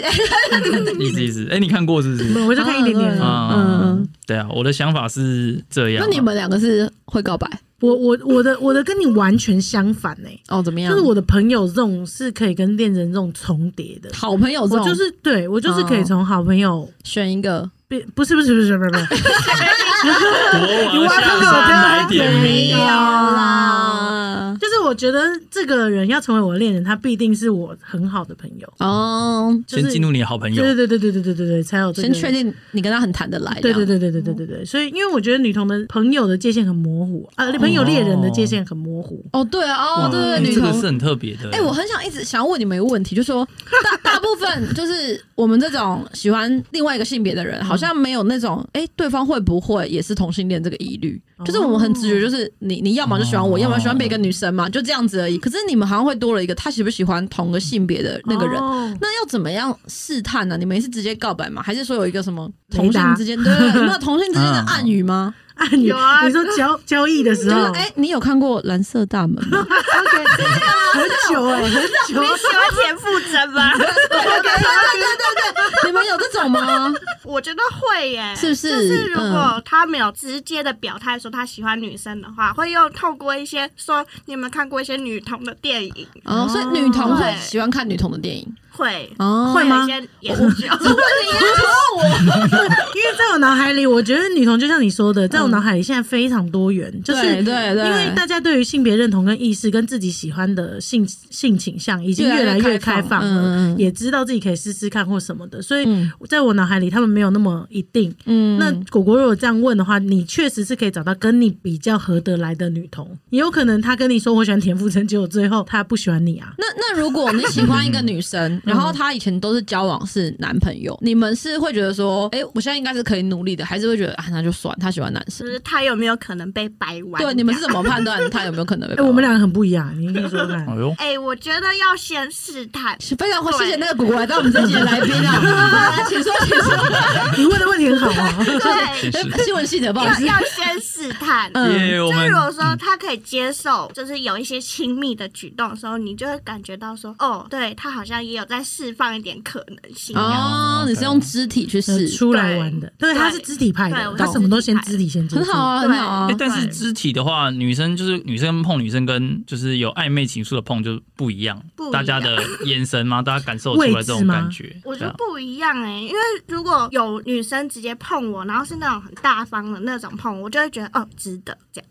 S3: 意思意思，哎，你看过是不是？
S2: 我就看一点点。
S1: 啊
S3: 啊
S1: 嗯，
S3: 对啊，我的想法是这样啊。
S1: 那你们两个是会告白
S2: 我我我的我的跟你完全相反呢、
S1: 哦？怎么样？
S2: 就是我的朋友这种是可以跟恋人这种重叠的。
S1: 好朋哦友这
S2: 我
S1: 种，
S2: 就是对我就是可以从好朋友
S1: 选一个。
S2: 变，不是不是不是不是不是，
S3: 国
S2: 你
S3: 王
S2: 挖
S3: 下
S2: 坑给我
S3: 山
S2: 跳，啊
S3: 来点名。
S2: 有啦。
S1: 啊
S2: 就是我觉得这个人要成为我的恋人，他必定是我很好的朋友。
S1: 哦，
S2: 就是
S3: 先进入你的好朋友，
S2: 对对对对对对对对，才有这个。
S1: 先确。定你跟他很谈得来。
S2: 对对
S1: 这样，
S2: 对对对对对对，所以因为我觉得女同的朋友的界限很模糊，啊，朋友猎人的界限很模糊。
S1: 哦对啊，哦对对
S3: 哎
S1: 对，女
S3: 这个
S1: 同
S3: 是很特别的。
S1: 哎、我很想一直想要问你们一个问题，就说大大部分就是我们这种喜欢另外一个性别的人，好像没有那种哎、对方会不会也是同性恋这个疑虑，就是我们很直觉，就是你你要么就喜欢我，
S3: 哦
S1: 要么喜欢别个女生嘛，就这样子而已。可是你们好像会多了一个他喜不喜欢同个性别的那个人。
S2: 哦
S1: 那要怎么样试探呢、你们是直接告白吗？还是说有一个什么
S2: 雷
S1: 同
S2: 达
S1: 性之间对对对有没有同性之间的暗语吗？
S2: 啊，你
S5: 有啊
S2: 你说交交易的时
S1: 就是
S2: 候，
S1: 哎、你有看过《蓝色大门》吗？
S2: 很久哎，很久
S5: 你。喜欢田馥甄吗？
S1: 你们有这种吗？
S5: 我觉得会耶，
S1: 是不嗯是
S5: 就是如果他没有直接的表态说他喜欢女生的话，会用透过一些说你有没有看过一些女同的电影，
S1: 哦，所以女同会
S5: 对
S1: 喜欢看女同的电影
S5: 会
S1: 哦，
S2: 会吗
S5: 有一些研究，
S2: 因为在我脑海里，我觉得女同就像你说的，在我脑海里现在非常多元，就是
S1: 对对对，
S2: 因为大家对于性别认同跟意识跟自己喜欢的性性倾向已经越来越开放
S1: 越来越开放嗯
S2: 了，
S1: 嗯嗯
S2: 也知道自己可以试试看或什么的，所以
S1: 嗯
S2: 在我脑海里他们没有那么一定。
S1: 嗯
S2: 那果果如果这样问的话，你确实是可以找到跟你比较合得来的女同，也有可能她跟你说我喜欢田馥甄，结果最后她不喜欢你啊。
S1: 那那如果你喜欢一个女生，然后她以前都是交往是男朋友，
S2: 嗯
S1: 你们是会觉得说，哎、我现在应该是可以努力的，还是会觉得啊，那就算她喜欢男
S5: 就
S2: 嗯
S1: 生？
S5: 是他有没有可能被掰弯？
S1: 对，你们是怎么判断她有没有可能被
S2: 哎、
S1: 掰弯？
S2: 我们两个很不一样，你可以说 说看。
S3: 哎呦，
S5: 哎、我觉得要先试探，
S1: 非常谢谢那个果果来到我们这期的来宾啊，请说，请说。
S2: 你问的问题很好，懂啊。
S5: 对，
S1: 新闻系的，不好意
S5: 要
S1: 思，
S5: 要先试探。
S1: 嗯，
S3: 耶，我
S5: 就是
S3: 们
S5: 如果说他可以接受，就是有一些亲密的举动的时候，你就会感觉到说，哦，对他好像也有在释放一点可能性。
S1: 哦， 你是用肢体去
S2: 是
S1: 试，
S2: 出来玩的，对，
S5: 对
S2: 他是肢体派
S5: 对
S2: 的，
S5: 我
S2: 他
S5: 是
S2: 什么都先
S5: 肢
S2: 肢体先接触
S1: 很好啊，很好啊
S3: 哎，，但是肢体的话，女生就是女生碰女生跟就是有暧昧情愫的碰就不一样
S5: 不一，样
S3: 大家的眼神嘛，大家感受出来这
S2: 位置
S3: 种
S2: 吗
S3: 感觉。
S5: 我觉
S3: 对
S5: 得
S3: 啊
S5: 不一样哎、因为如果有女生直接碰我，然后是那种很大方的那种碰，我就会觉得哦，值得这样。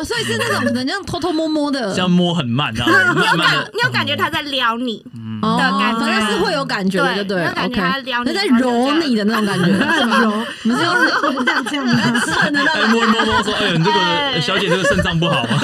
S1: 哦，所以是那种人家偷偷摸摸的
S3: 这，样摸很慢，然 后慢慢嗯的
S5: 你有感觉他在撩 你，
S1: 哦
S5: 的感觉
S1: 反正是会有感觉的，就
S5: 对
S1: 对
S5: 有
S1: 了
S5: 感觉
S1: ，OK，
S5: 他撩你
S1: 那在揉你的那种感觉，是吧？
S2: 柔，
S1: 你是用
S2: 这样这样吗？
S3: 哎摸一摸摸说，哎，你这个
S5: 哎
S3: 小姐这个肾脏不好啊吗？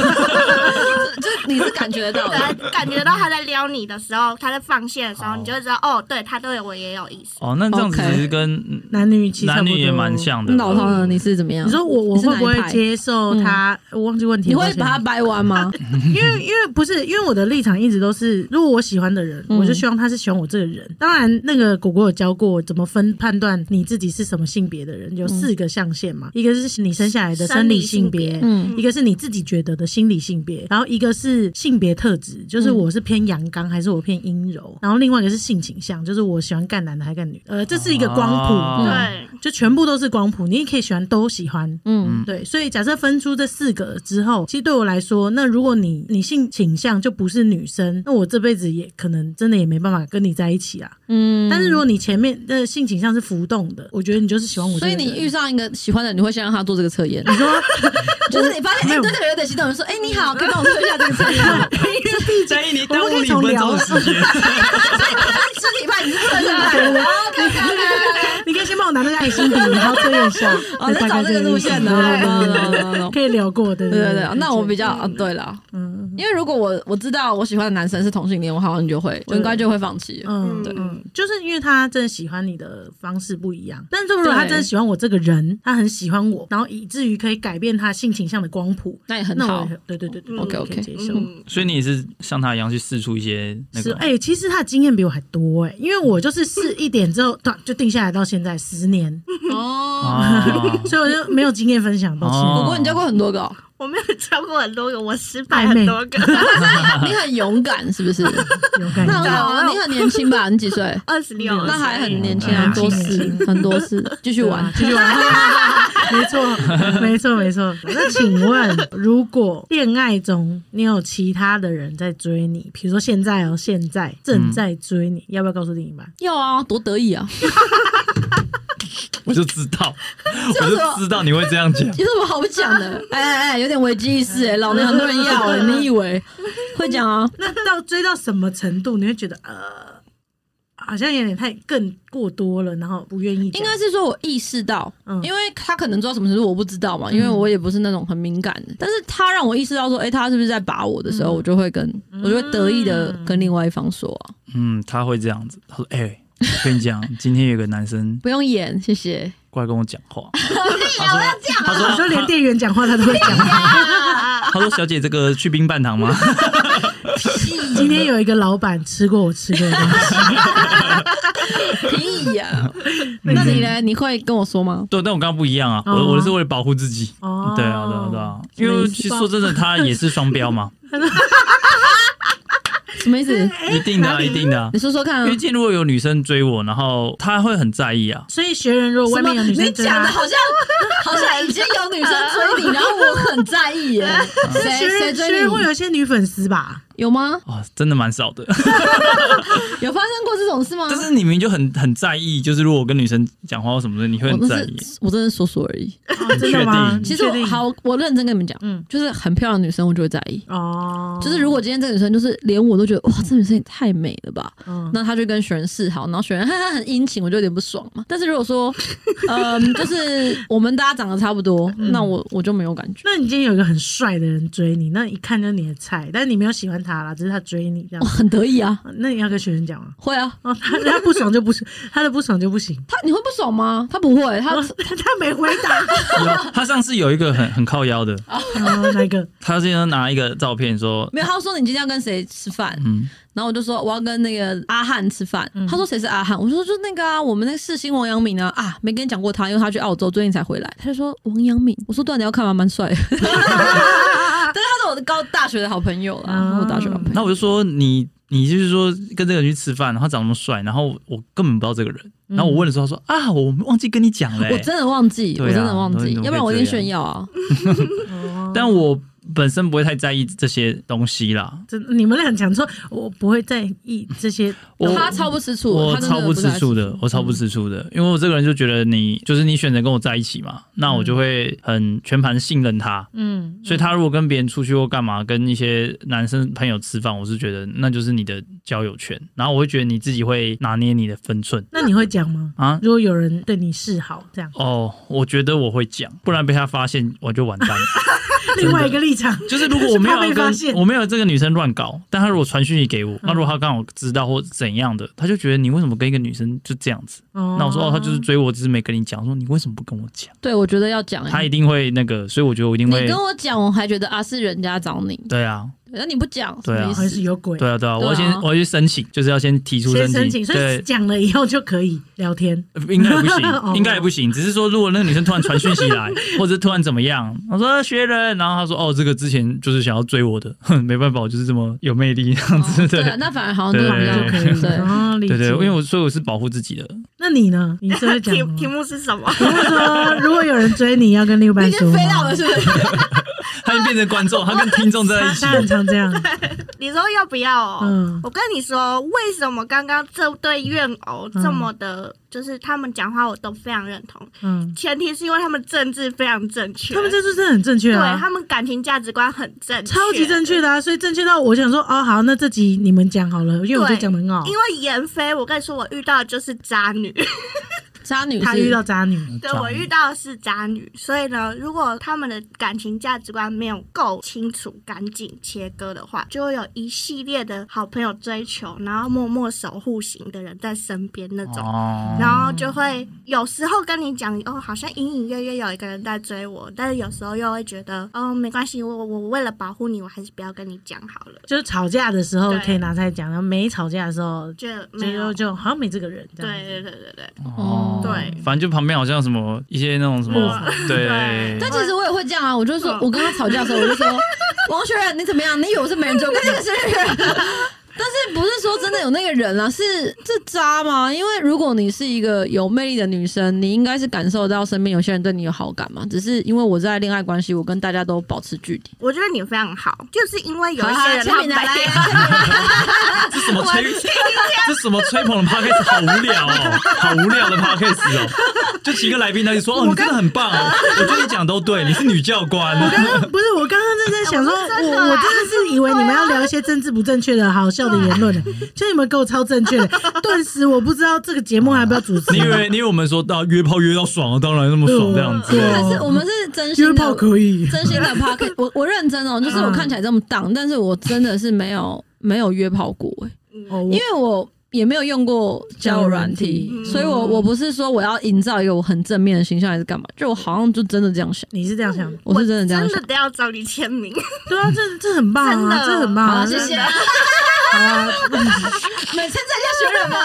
S1: 就是你是感觉得到的，
S5: 对，感觉到他在撩你的时候，他在放线的时候，你就会知道哦，对他对我也有意思。
S3: 哦，那这样子
S1: OK
S3: 其实跟
S2: 男女其实差
S3: 男
S2: 不多
S3: 女也蛮。像的。哦
S1: 老汤呢？你是怎么样？
S2: 你说我我
S1: 你是哪
S2: 会
S1: 一
S2: 不会
S1: 派嗯
S2: 接受他？我忘记问题
S1: 你
S2: 了，
S1: 会
S2: 抱歉
S1: 把它掰弯吗？
S2: 因 为因为不是因为我的立场一直都是，如果我喜欢的人，
S1: 嗯
S2: 我就希望他是喜欢我这个人。当然，那个果果有教过我怎么分判断你自己是什么性别的人，有四个象限嘛，一个是你生下来的生理性别，
S5: 嗯生理性别
S1: 嗯
S2: 一个是你自己觉得的心理性别，然后一个是性别特质，
S1: 嗯
S2: 就是我是偏阳刚还是我偏阴柔，然后另外一个是性倾向，就是我喜欢干男的还干女的，呃，这是一个光谱，
S3: 哦
S1: 嗯
S5: 对，
S2: 就全部都是光谱，你也可以喜欢都喜欢，
S1: 嗯，
S2: 对，所以假设分出这四个之后，其实对我来说，那如果你你性倾向就不是女生，那我这辈子也可能真的也没办法跟你在一起啦。
S1: 嗯
S2: 但是如果你前面的性倾向是浮动的，我觉得你就是喜欢我这
S1: 所
S2: 个
S1: 以
S2: 人。
S1: 你遇上一个喜欢的，你会先让他做这个测验，
S2: 你说啊
S1: 就是你发现
S2: 没
S1: 哎，
S2: 有
S1: 对这个人有点心动，你说哎你好，可以帮我测一下这个测验吗？
S3: 在意你
S2: 我
S3: 耽
S2: 们可
S3: 误
S2: 以
S3: 你
S2: 从
S3: 分
S2: 聊
S3: 钟的时间，
S1: 所以他是肢体派，你是测验派的，
S2: 你可以先帮我拿那个爱心笔，然后测验一下。
S1: 哦，在找这个路线的，
S2: 对
S1: 哦
S2: 对对对
S1: 懂懂懂懂
S2: 可以聊过，对
S1: 对
S2: 对
S1: 对对，那我比较啊，对了，嗯，因为如果我我知道我喜欢的男生是同性恋，我好像就会，我应该就会放弃。
S2: 嗯，
S5: 对
S2: 嗯，就是因为他真的喜欢你的方式不一样。但是如果他
S1: 对
S2: 真的喜欢我这个人，他很喜欢我，然后以至于可以改变他性倾向的光谱，
S1: 那也很
S2: 那我
S1: 好
S2: 也，很对对对对
S5: 嗯
S2: 我可以
S1: OK，OK
S2: 接受。
S5: 嗯，
S3: 所以你也是像他一样去试出一些那
S2: 是
S3: 个。
S2: 哎、其实他的经验比我还多哎、因为我就是试一点之后，断就定下来到现在十年，
S1: 哦。
S3: 哦
S2: 所以我就没有经验分享，抱歉。
S3: 哦
S1: 不过你教过很多个 哦，
S5: 我没有教过很多个，我失败很多 个，
S1: 你很勇敢，是不是？
S2: 有 感
S1: 那很
S2: 觉。
S1: 好啊，你很年轻吧？你几岁？
S5: 二十六，
S1: 那还很年轻，啊
S2: 嗯
S1: 很多
S2: 年轻
S1: 事，很多事，继续玩
S2: 对啊。继续玩。 没错，没错，没错。那请问，如果恋爱中你有其他的人在追你，比如说现在哦，现在正在追你，要不要告诉另一半？
S1: 要啊，多得 意啊！
S3: 我就知 道，
S1: 这
S3: 我
S1: 有什么
S3: 就知道你会这样讲。
S1: 有什么好讲的？ 哎哎哎，有点危机意识哎，老娘很多人要 哎，你以为会讲啊？
S2: 那到追到什么程度，你会觉得呃，好像有点太更过多了，然后不愿意讲？
S1: 应该是说我意识到，
S2: 嗯
S1: 因为他可能知道什么程度我不知道嘛，因为我也不是那种很敏感的。但是他让我意识到说，哎、他是不是在把我的时候，我就会跟，我就会得意的跟另外一方说、啊，
S3: 嗯，他会这样子。他说：“哎、我跟你讲，今天有个男生
S1: 不用演，谢谢。
S3: 过来跟我讲 话。他说
S1: 啊
S3: 他
S2: 有时
S3: 说
S2: 候连店员讲话他都会 讲。
S1: 哎
S3: 他说小姐，这个去冰半糖吗？ ？
S2: 今天有一个老板吃过我吃过的东 西，
S1: 屁 呀、那
S2: 嗯
S1: 你呢？你会跟我说吗
S3: 对，但我刚刚不一样啊，
S2: 哦
S3: 我我是为了保护自己。
S2: 哦
S3: 对啊，对啊，对啊，因
S2: 什么
S3: 为
S2: 意思
S3: 其实说真的，他也是双 标嘛，
S1: 什么意思？
S3: 一定的啊，一定的啊。
S1: 你说说看
S3: 因
S1: 啊
S3: 为！今天如果有女生追我，然后他会很在意啊。
S2: 所以学人如果外面有女生追啊
S1: 讲的
S2: 他，
S1: 好像好像已经有女生追你，然后我很在意 耶。谁
S2: 学
S1: 谁
S2: 人学
S1: 追
S2: 人会
S1: 你？
S2: 有一些女粉丝吧？
S1: 有吗？
S3: 啊，真的蛮少的，
S1: 嗯有发生过这种事吗？
S3: 但是你明明就很很在意，就是如果我跟女生讲话或什么的，你会
S1: 我
S3: 很
S1: 那
S3: 在
S1: 是
S3: 意。
S1: 我真的说说而已。
S2: 哦真的吗？
S3: 确定
S1: 其实
S2: 你确
S1: 我
S2: 定
S1: 好，我认真跟你们讲，
S2: 嗯
S1: 就是很漂亮的女生，我就会在意。
S2: 哦，
S1: 就是如果今天这个女生就是连我都觉得哇，这女生也太美了吧，
S2: 嗯
S1: 那她就跟雪人示好，然后雪人哈 哈很殷勤，我就有点不爽嘛。但是如果说，嗯，就是我们大家长得差不多，那我我就没有感觉。
S2: 那你今天有一个很帅的人追你，那一看就是你的菜，但是你没有喜欢他啦，只是他追你这样
S1: 哦，。很得意啊，
S2: 那你要跟学生讲吗？
S1: 会啊，
S2: 哦，他他不爽就不是，他的不爽就不行。
S1: 他你会不爽吗？他不会，他
S2: 哦 他没回答。
S3: 有他上次有一个很很靠腰的，
S2: 哦那个？
S3: 他今天拿一个照片说，
S1: 没有，他说你今天要跟谁吃饭，
S3: 嗯，
S1: 然后我就说我要跟那个阿汉吃饭，他说谁是阿汉？我说就那个啊，我们那个世新王阳明啊，啊，没跟你讲过他，因为他去澳洲最近才回来，他就说王阳明，我说对啊，你要看吗？蛮帅 的，但是他是我的高大学的好朋友啦，
S2: 啊
S1: 我大学好朋友。
S3: 那我就说你你就是说跟这个人去吃饭，然后长那么帅，然后我根本不知道这个人，然后我问的时候他说啊，我忘记跟你讲了欸、
S1: 我真的忘记，
S3: 对啊
S1: 我真的忘记
S3: 你，怎么可以
S1: 要不然我一定
S3: 这样
S1: 炫耀啊！
S2: 哦
S3: 但我本身不会太在意这些东西啦，
S2: 真的你们俩讲错，我不会在意这些。
S3: 我
S1: 他超不吃醋，
S3: 我
S1: 他真的
S3: 超不吃
S1: 太
S3: 醋的，我超不吃醋
S1: 嗯
S3: 的，因为我这个人就觉得你就是你选择跟我在一起嘛，那
S1: 嗯
S3: 我就会很全盘信任他。
S2: 嗯，
S3: 所以他如果跟别人出去或干嘛，跟一些男生朋友吃饭，我是觉得那就是你的交友圈，然后我会觉得你自己会拿捏你的分寸
S2: 那你会讲吗？
S3: 啊。
S2: 如果有人对你示好，这样
S3: 哦，我觉得我会讲，不然被他发现我就完蛋 了。
S2: 另外一个立场，
S3: 就是如果我没有
S2: 怕被
S3: 要
S2: 发现嗯
S3: 跟我没有这个女生乱搞，但她如果传讯息给我，那如果她刚好知道或怎样的，她就觉得你为什么跟一个女生就这样子？
S2: 那
S3: 那我说哦，她就是追我，只是没跟你讲。我说你为什么不跟我讲？
S1: 对，我觉得要
S2: 嗯
S1: 讲欸。
S3: 她一定会那个，所以我觉得我一定
S1: 你
S3: 会
S1: 跟。我讲，我还觉得啊是人家找你，
S3: 对啊，
S1: 那你不讲，
S3: 对啊
S1: 什么意思
S2: 还是有鬼。
S3: 对啊，对啊，我要
S1: 对
S3: 先
S1: 啊
S3: 我要去申请，就是要先提出
S2: 先申
S3: 请。
S2: 请，所以
S3: 对，
S2: 讲了以后就可以聊天。
S3: 应该也不
S2: 哦
S3: 行，应该也不行。只是说，如果那个女生突然传讯息来，或者是突然怎么样，我说学人，然后她说哦，这个之前就是想要追我的，哼，没办法，我就是这么有魅 力这样子。
S1: 哦
S3: 对
S1: 对啊，那反而好像都
S3: 对
S1: 比
S2: 就可以
S1: 较对。
S2: 哦，理
S3: 对对，
S2: 解
S3: 因为我所以我是保护自己的，
S2: 那你呢？你是会讲
S5: 题
S2: 吗？
S5: 题目是什 么？
S2: 如果说如果有人追你，要跟另一半
S4: 已
S2: 说
S4: 经
S2: 吗
S4: 飞到了，是不 是？
S3: 他已经变成观众，他跟听众在
S2: 他
S3: 一起
S2: 他。很常这 样，
S5: 你说要不要、哦？
S2: 嗯
S5: 我跟你说，为什么刚刚这对怨偶这么的，
S1: 嗯
S5: 就是他们讲话我都非常认同，
S2: 嗯，
S5: 前提是因为他们政治非常正确，
S2: 他们这就是真的很正确
S5: 对
S2: 啊，
S5: 他们感情价值观很正确，
S2: 超级正确的啊，所以正确到我想说，哦，好，那这集你们讲好了，因为我觉得讲的很好
S5: 因。为妍飞，我跟你说，我遇到的就是渣女，
S1: 渣女
S2: 他
S1: 是
S2: 遇到渣女，
S5: 对我遇到的是渣女，所以呢，如果他们的感情价值观没有够清楚、干净切割的话，就会有一系列的好朋友追求，然后默默守护型的人在身边那种。
S3: 哦
S5: 然后就会有时候跟你讲哦，好像隐隐约约有一个人在追我，但是有时候又会觉得哦，没关系，我我为了保护你，我还是不要跟你讲好了，
S2: 就是吵架的时候
S5: 对
S2: 可以拿出来讲，然后没吵架的时候
S5: 就没有
S2: 就。就好像没这个人这样。
S5: 对对对对对，
S1: 哦
S5: 对
S3: 反正就旁边好像什么一些那种什么对，
S1: 但其实我也会这样啊，我就说，
S2: 嗯
S1: 我跟他吵架的时候，我就 说，王学仁你怎么样？你以为我是没人追过你？那个是那个人。 但是不是说真的有那个人啊？是这渣吗？因为如果你是一个有魅力的女生，你应该是感受到身边有些人对你有好感嘛。只是因为我在恋爱关系，我跟大家都保持距离。
S5: 我觉得你非常好，就是因为有一
S1: 好
S5: 些
S1: 好
S5: 人他
S1: 签名
S5: 们
S1: 拿来
S5: 白
S3: 这什么吹这什么吹捧的 podcast 好无聊哦，好无聊的 podcast 哦，就请一个来宾那里说哦，你真的很棒哦，我觉得你讲都对，你是女教官，啊
S2: 不是，我刚刚正在想说，
S5: 我是真
S2: 我
S5: 的啦
S2: 我真的是以为你们要聊一些政治不正确的好笑的言论
S5: 啊
S2: 呢，就你们给我超正确的，顿时我不知道这个节目还要不要主持。
S3: 你以为你以为我们说到约炮约到爽，啊当然那么爽这样子，
S2: 对
S1: 但是我
S2: 哦，
S1: 们是真心
S2: 约炮
S1: 的，
S2: 可以，
S1: 真 心的 p o c k 我我认真哦，就是我看起来这么荡，但是我真的是没有没有约炮过、欸
S2: 哦
S1: 因为我也没有用过交友软体
S2: 交友，
S5: 软体
S1: 所以我我不是说我要营造一个我很正面的形象还是干嘛，就我好像就真的这样想，
S2: 你是这样
S5: 嗯
S2: 想的，
S1: 我是真的这样
S5: 真
S1: 想
S5: 的。都要找你签名，
S2: 对啊，这这很棒
S5: 真
S2: 啊，
S5: 的
S2: 这很棒啊，
S1: 好谢 谢
S2: 好啊。
S4: 每称赞一下学人吗？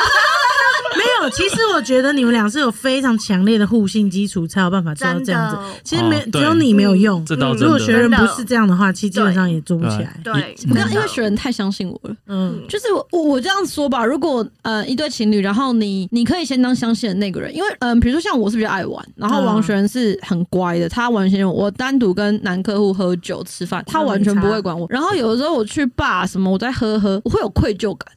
S2: 没有，其实我觉得你们俩是有非常强烈的互信基础，才有办法做到这样子
S5: 真的。
S2: 其实没
S3: 哦
S2: 只
S3: 对
S2: 有你没有用，嗯
S3: 这倒真的
S2: 如果学人不是这样的话，其实基本上也做嗯不起来。
S5: 对，
S1: 我刚因为学人太相信我了，
S2: 嗯，
S1: 就是我我我这样说吧，如果呃一对情侣，然后你你可以先当相信的那个人，因为嗯、呃比如说像我是比较爱玩，然后
S2: 嗯
S1: 王学仁是很乖的，他完全我单独跟男客户喝酒吃饭，他完全不会管我。然后有的时候我去爸什么，我在喝喝，我会有愧疚感。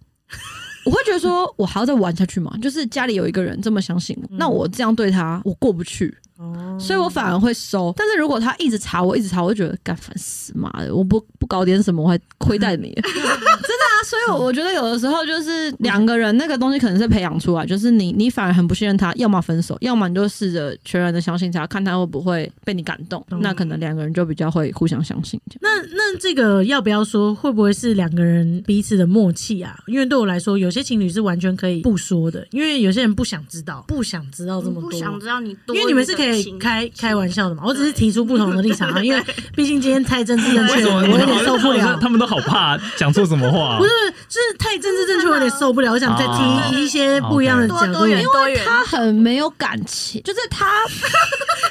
S1: 我会觉得说，我还要再玩下去吗？就是家里有一个人这么相信我，
S2: 嗯
S1: 那我这样对他，我过不去，
S2: 哦，
S1: 所以我反而会收。但是如果他一直查我，一直查我，我就觉得干烦死妈的，我不不搞点什么，我还亏待你，真的啊！所以我我觉得有的时候就是两个人那个东西可能是培养出来，就是你你反而很不信任他，要么分手，要么你就试着全然的相信他，看他会不会被你感动。
S2: 懂
S1: 那可能两个人就比较会互相相信这样。
S2: 那那这个要不要说？会不会是两个人彼此的默契啊？因为对我来说，有些情侣是完全可以不说的，因为有些人不想知道，不想知哦道这么
S5: 嗯不
S2: 多。
S5: 想知道你多
S2: 因
S5: 余的情，
S2: 为你们是可以开开玩笑的嘛，我只是提出不同的立场啊，因为毕竟今天太政治正
S3: 嗯
S2: 确了，我有点受不了。
S7: 他们都好怕讲错什么话
S2: 不，是，就是太政治正确，我有点受不了。我想再提一些不一样的角
S5: 多
S2: 度。
S5: 多元多元，
S1: 他很没有感情，就是他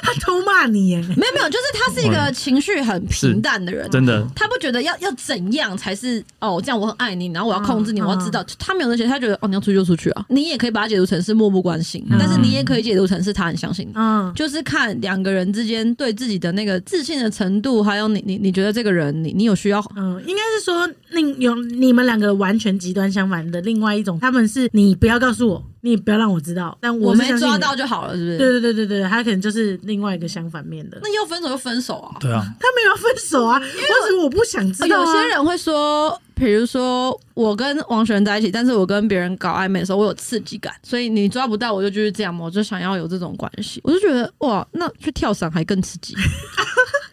S2: 他偷骂你耶，
S1: 没有没有，就是他是一个情绪很平淡的人，
S7: 真的。
S1: 他不觉得要要怎样才是哦，这样我很爱你，然后我要控制你，
S2: 嗯
S1: 我要知道。他没有那些，他觉得哦，你要出去就出去啊。你也可以把它解读成是漠不关心，嗯但是你也可以解读成是他很相信你。
S2: 嗯，
S1: 就是看两个人之间对自己的那个自信的程度，还有你你你觉得这个人你你有需要
S2: 嗯，应该是说另有你们两个完全极端相反的另外一种，他们是你不要告诉我，你不要让我知道，但
S1: 我
S2: 是
S1: 没
S2: 相信
S1: 抓
S2: 你
S1: 到。就好了，是不
S2: 对
S1: 是？
S2: 对对对对，他可能就是另外一个相反面的。
S1: 那要分手就分手啊。
S3: 对啊，
S2: 他没有要分手啊，我只是我不想知道、啊。
S1: 哦有些人会说，比如说我跟王璇在一起，但是我跟别人搞暧昧的时候，我有刺激感，所以你抓不到我就就是这样嘛，我就想要有这种关系，我就觉得哇，那去跳伞还更刺激。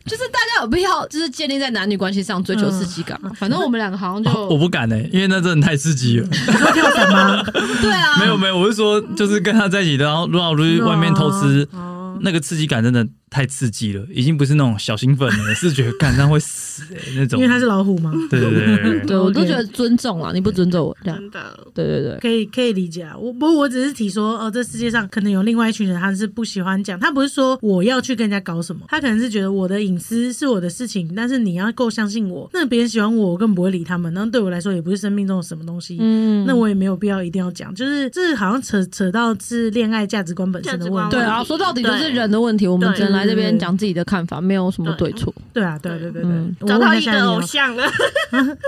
S1: 就是大家有必要，就是建立在男女关系上追求刺激感嘛。反正我们两个好 像就、
S3: 哦我不敢哎，因为那真的太刺激了。
S2: 说跳伞吗？
S1: 对啊，
S3: 没有没有，我是说，就是跟他在一起，然后如果我出去外面偷吃，
S2: 哦，
S3: 那个刺激感真的太刺激了，已经不是那种小兴奋了，是觉得干那会死欸那种
S2: 因为。他是老虎嘛，
S3: 对对对对对，
S1: 对我都
S2: OK
S1: 觉得尊重啊，你不尊重我这样，
S5: 真的。
S1: 对对对。
S2: 可以可以理解啊。我不过我只是提说，哦，这世界上可能有另外一群人，他是不喜欢讲，他不是说我要去跟人家搞什么，他可能是觉得我的隐私是我的事情，但是你要够相信我，那别人喜欢我，我更不会理他们，那对我来说也不是生命中的什么东西。
S1: 嗯
S2: 那我也没有必要一定要讲，就是这好像扯扯到是恋爱价值观本身的问题
S1: 对
S5: 价值观。
S1: 啊，
S5: 问题
S1: 说到底就是人的问题，我们
S5: 对
S1: 只能来这边
S2: 对
S1: 讲自己的看法，没有什么对
S5: 对
S1: 错。
S2: 对啊，对啊对对对
S1: 嗯，
S2: 我
S5: 找
S2: 问
S5: 到
S2: 他
S5: 一
S2: 下一
S5: 个
S2: 题
S5: 偶
S2: 哦
S5: 像了，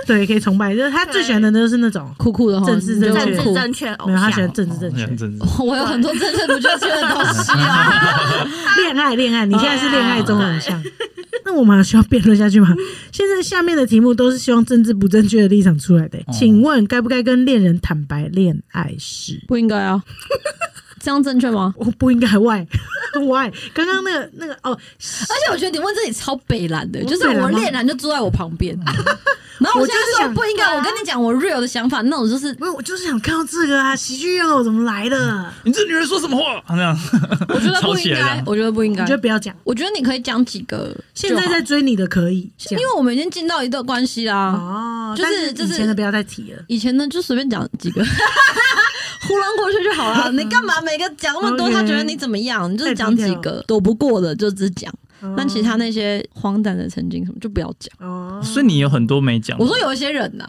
S2: 对，可以崇拜，就是他最喜欢的都是那种，
S1: 酷酷的哈，
S2: 政治
S1: 你就
S2: 正
S5: 政
S2: 确
S5: 治
S1: 酷
S5: 正确偶
S2: 没有 他喜
S5: 像
S2: 欢，政治正
S3: 那
S2: 确，
S3: 样真的
S1: 我有很多政治不正确的东西啊。
S2: 恋爱，恋爱，你现在是恋爱中的偶像。 那我们还需要辩论下去吗？ 现在下面的题目都是希望政治不正确的立场出来的、请问该不该跟恋人坦白恋爱史？
S1: 不应该啊，这样正确吗？
S2: 我不应该 why why？刚刚那个那个哦，
S1: 而且我觉得你问这里超北蓝的，
S2: 我
S1: 就是
S2: 北蓝
S1: 我
S2: 吗
S1: 恋人就坐在我旁边， 然后
S2: 我
S1: 我
S2: 就
S1: 现
S2: 是
S1: 在说
S2: 想
S1: 不应该，我跟你讲我 real 的想法，那种 就是
S2: 没有，我就是想看到这个啊，喜剧要我怎么来的？
S3: 你这女人说什么话？那样，
S1: 我觉得
S3: 吵
S1: 不
S3: 起
S1: 应
S3: 来
S1: 该啊
S3: 了，
S1: 我觉得不应
S2: 你
S1: 该
S2: 觉。得不要讲，
S1: 我觉得你可以讲几个就
S2: 现
S1: 好，
S2: 在在追你的可以
S1: 因
S2: 讲
S1: 为我们已经进到一段关系啦，
S2: 哦，
S1: 就是
S2: 但
S1: 就是
S2: 以前的不要再提了。
S1: 以前呢就随便讲几个。 糊弄过去就好 了，你干嘛每个讲那么多？
S2: OK
S1: 他觉得你怎么样，你就是讲
S2: 太低
S1: 几
S2: 调
S1: 个躲不哦过的就只讲，但其他
S2: 那
S1: 那些荒诞的曾经什么就不要讲。
S2: 哦，
S3: 所以你有很多没讲。
S1: 我说有一些人呐、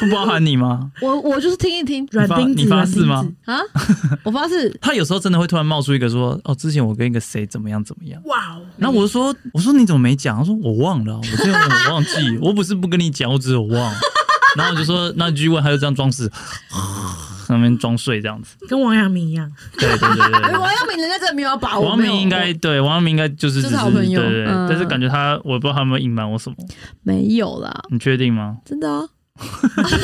S3: 不包含你吗？
S1: 我我就是听一听
S2: 软
S3: 你发
S2: 钉子，
S3: 你发
S2: 软
S3: 誓
S2: 钉
S3: 吗
S2: 子
S1: 啊，我发誓
S3: 他有时候真的会突然冒出一个说：“哦，之前我跟一个谁怎么样怎么样。”
S2: 哇哦，
S3: 然后我就说：“我说你怎么没讲？”他说：“我忘了啊，我真的我忘记，我不是不跟你讲，我只有忘。”然后我就说：“那你继续问。”他就这样装死， 在那边装睡这样子。
S2: 跟王阳明一样。
S3: 对对对对对。
S1: 王阳明人家真的啊没有把握，
S3: 王明应该对王明应该就是
S1: 就是
S3: 只是
S1: 好朋友
S3: 对对对
S1: 嗯
S3: 但是感觉他我不知道他有没有隐瞒我什么，
S1: 没有啦，
S3: 你确定吗？
S1: 真的啊，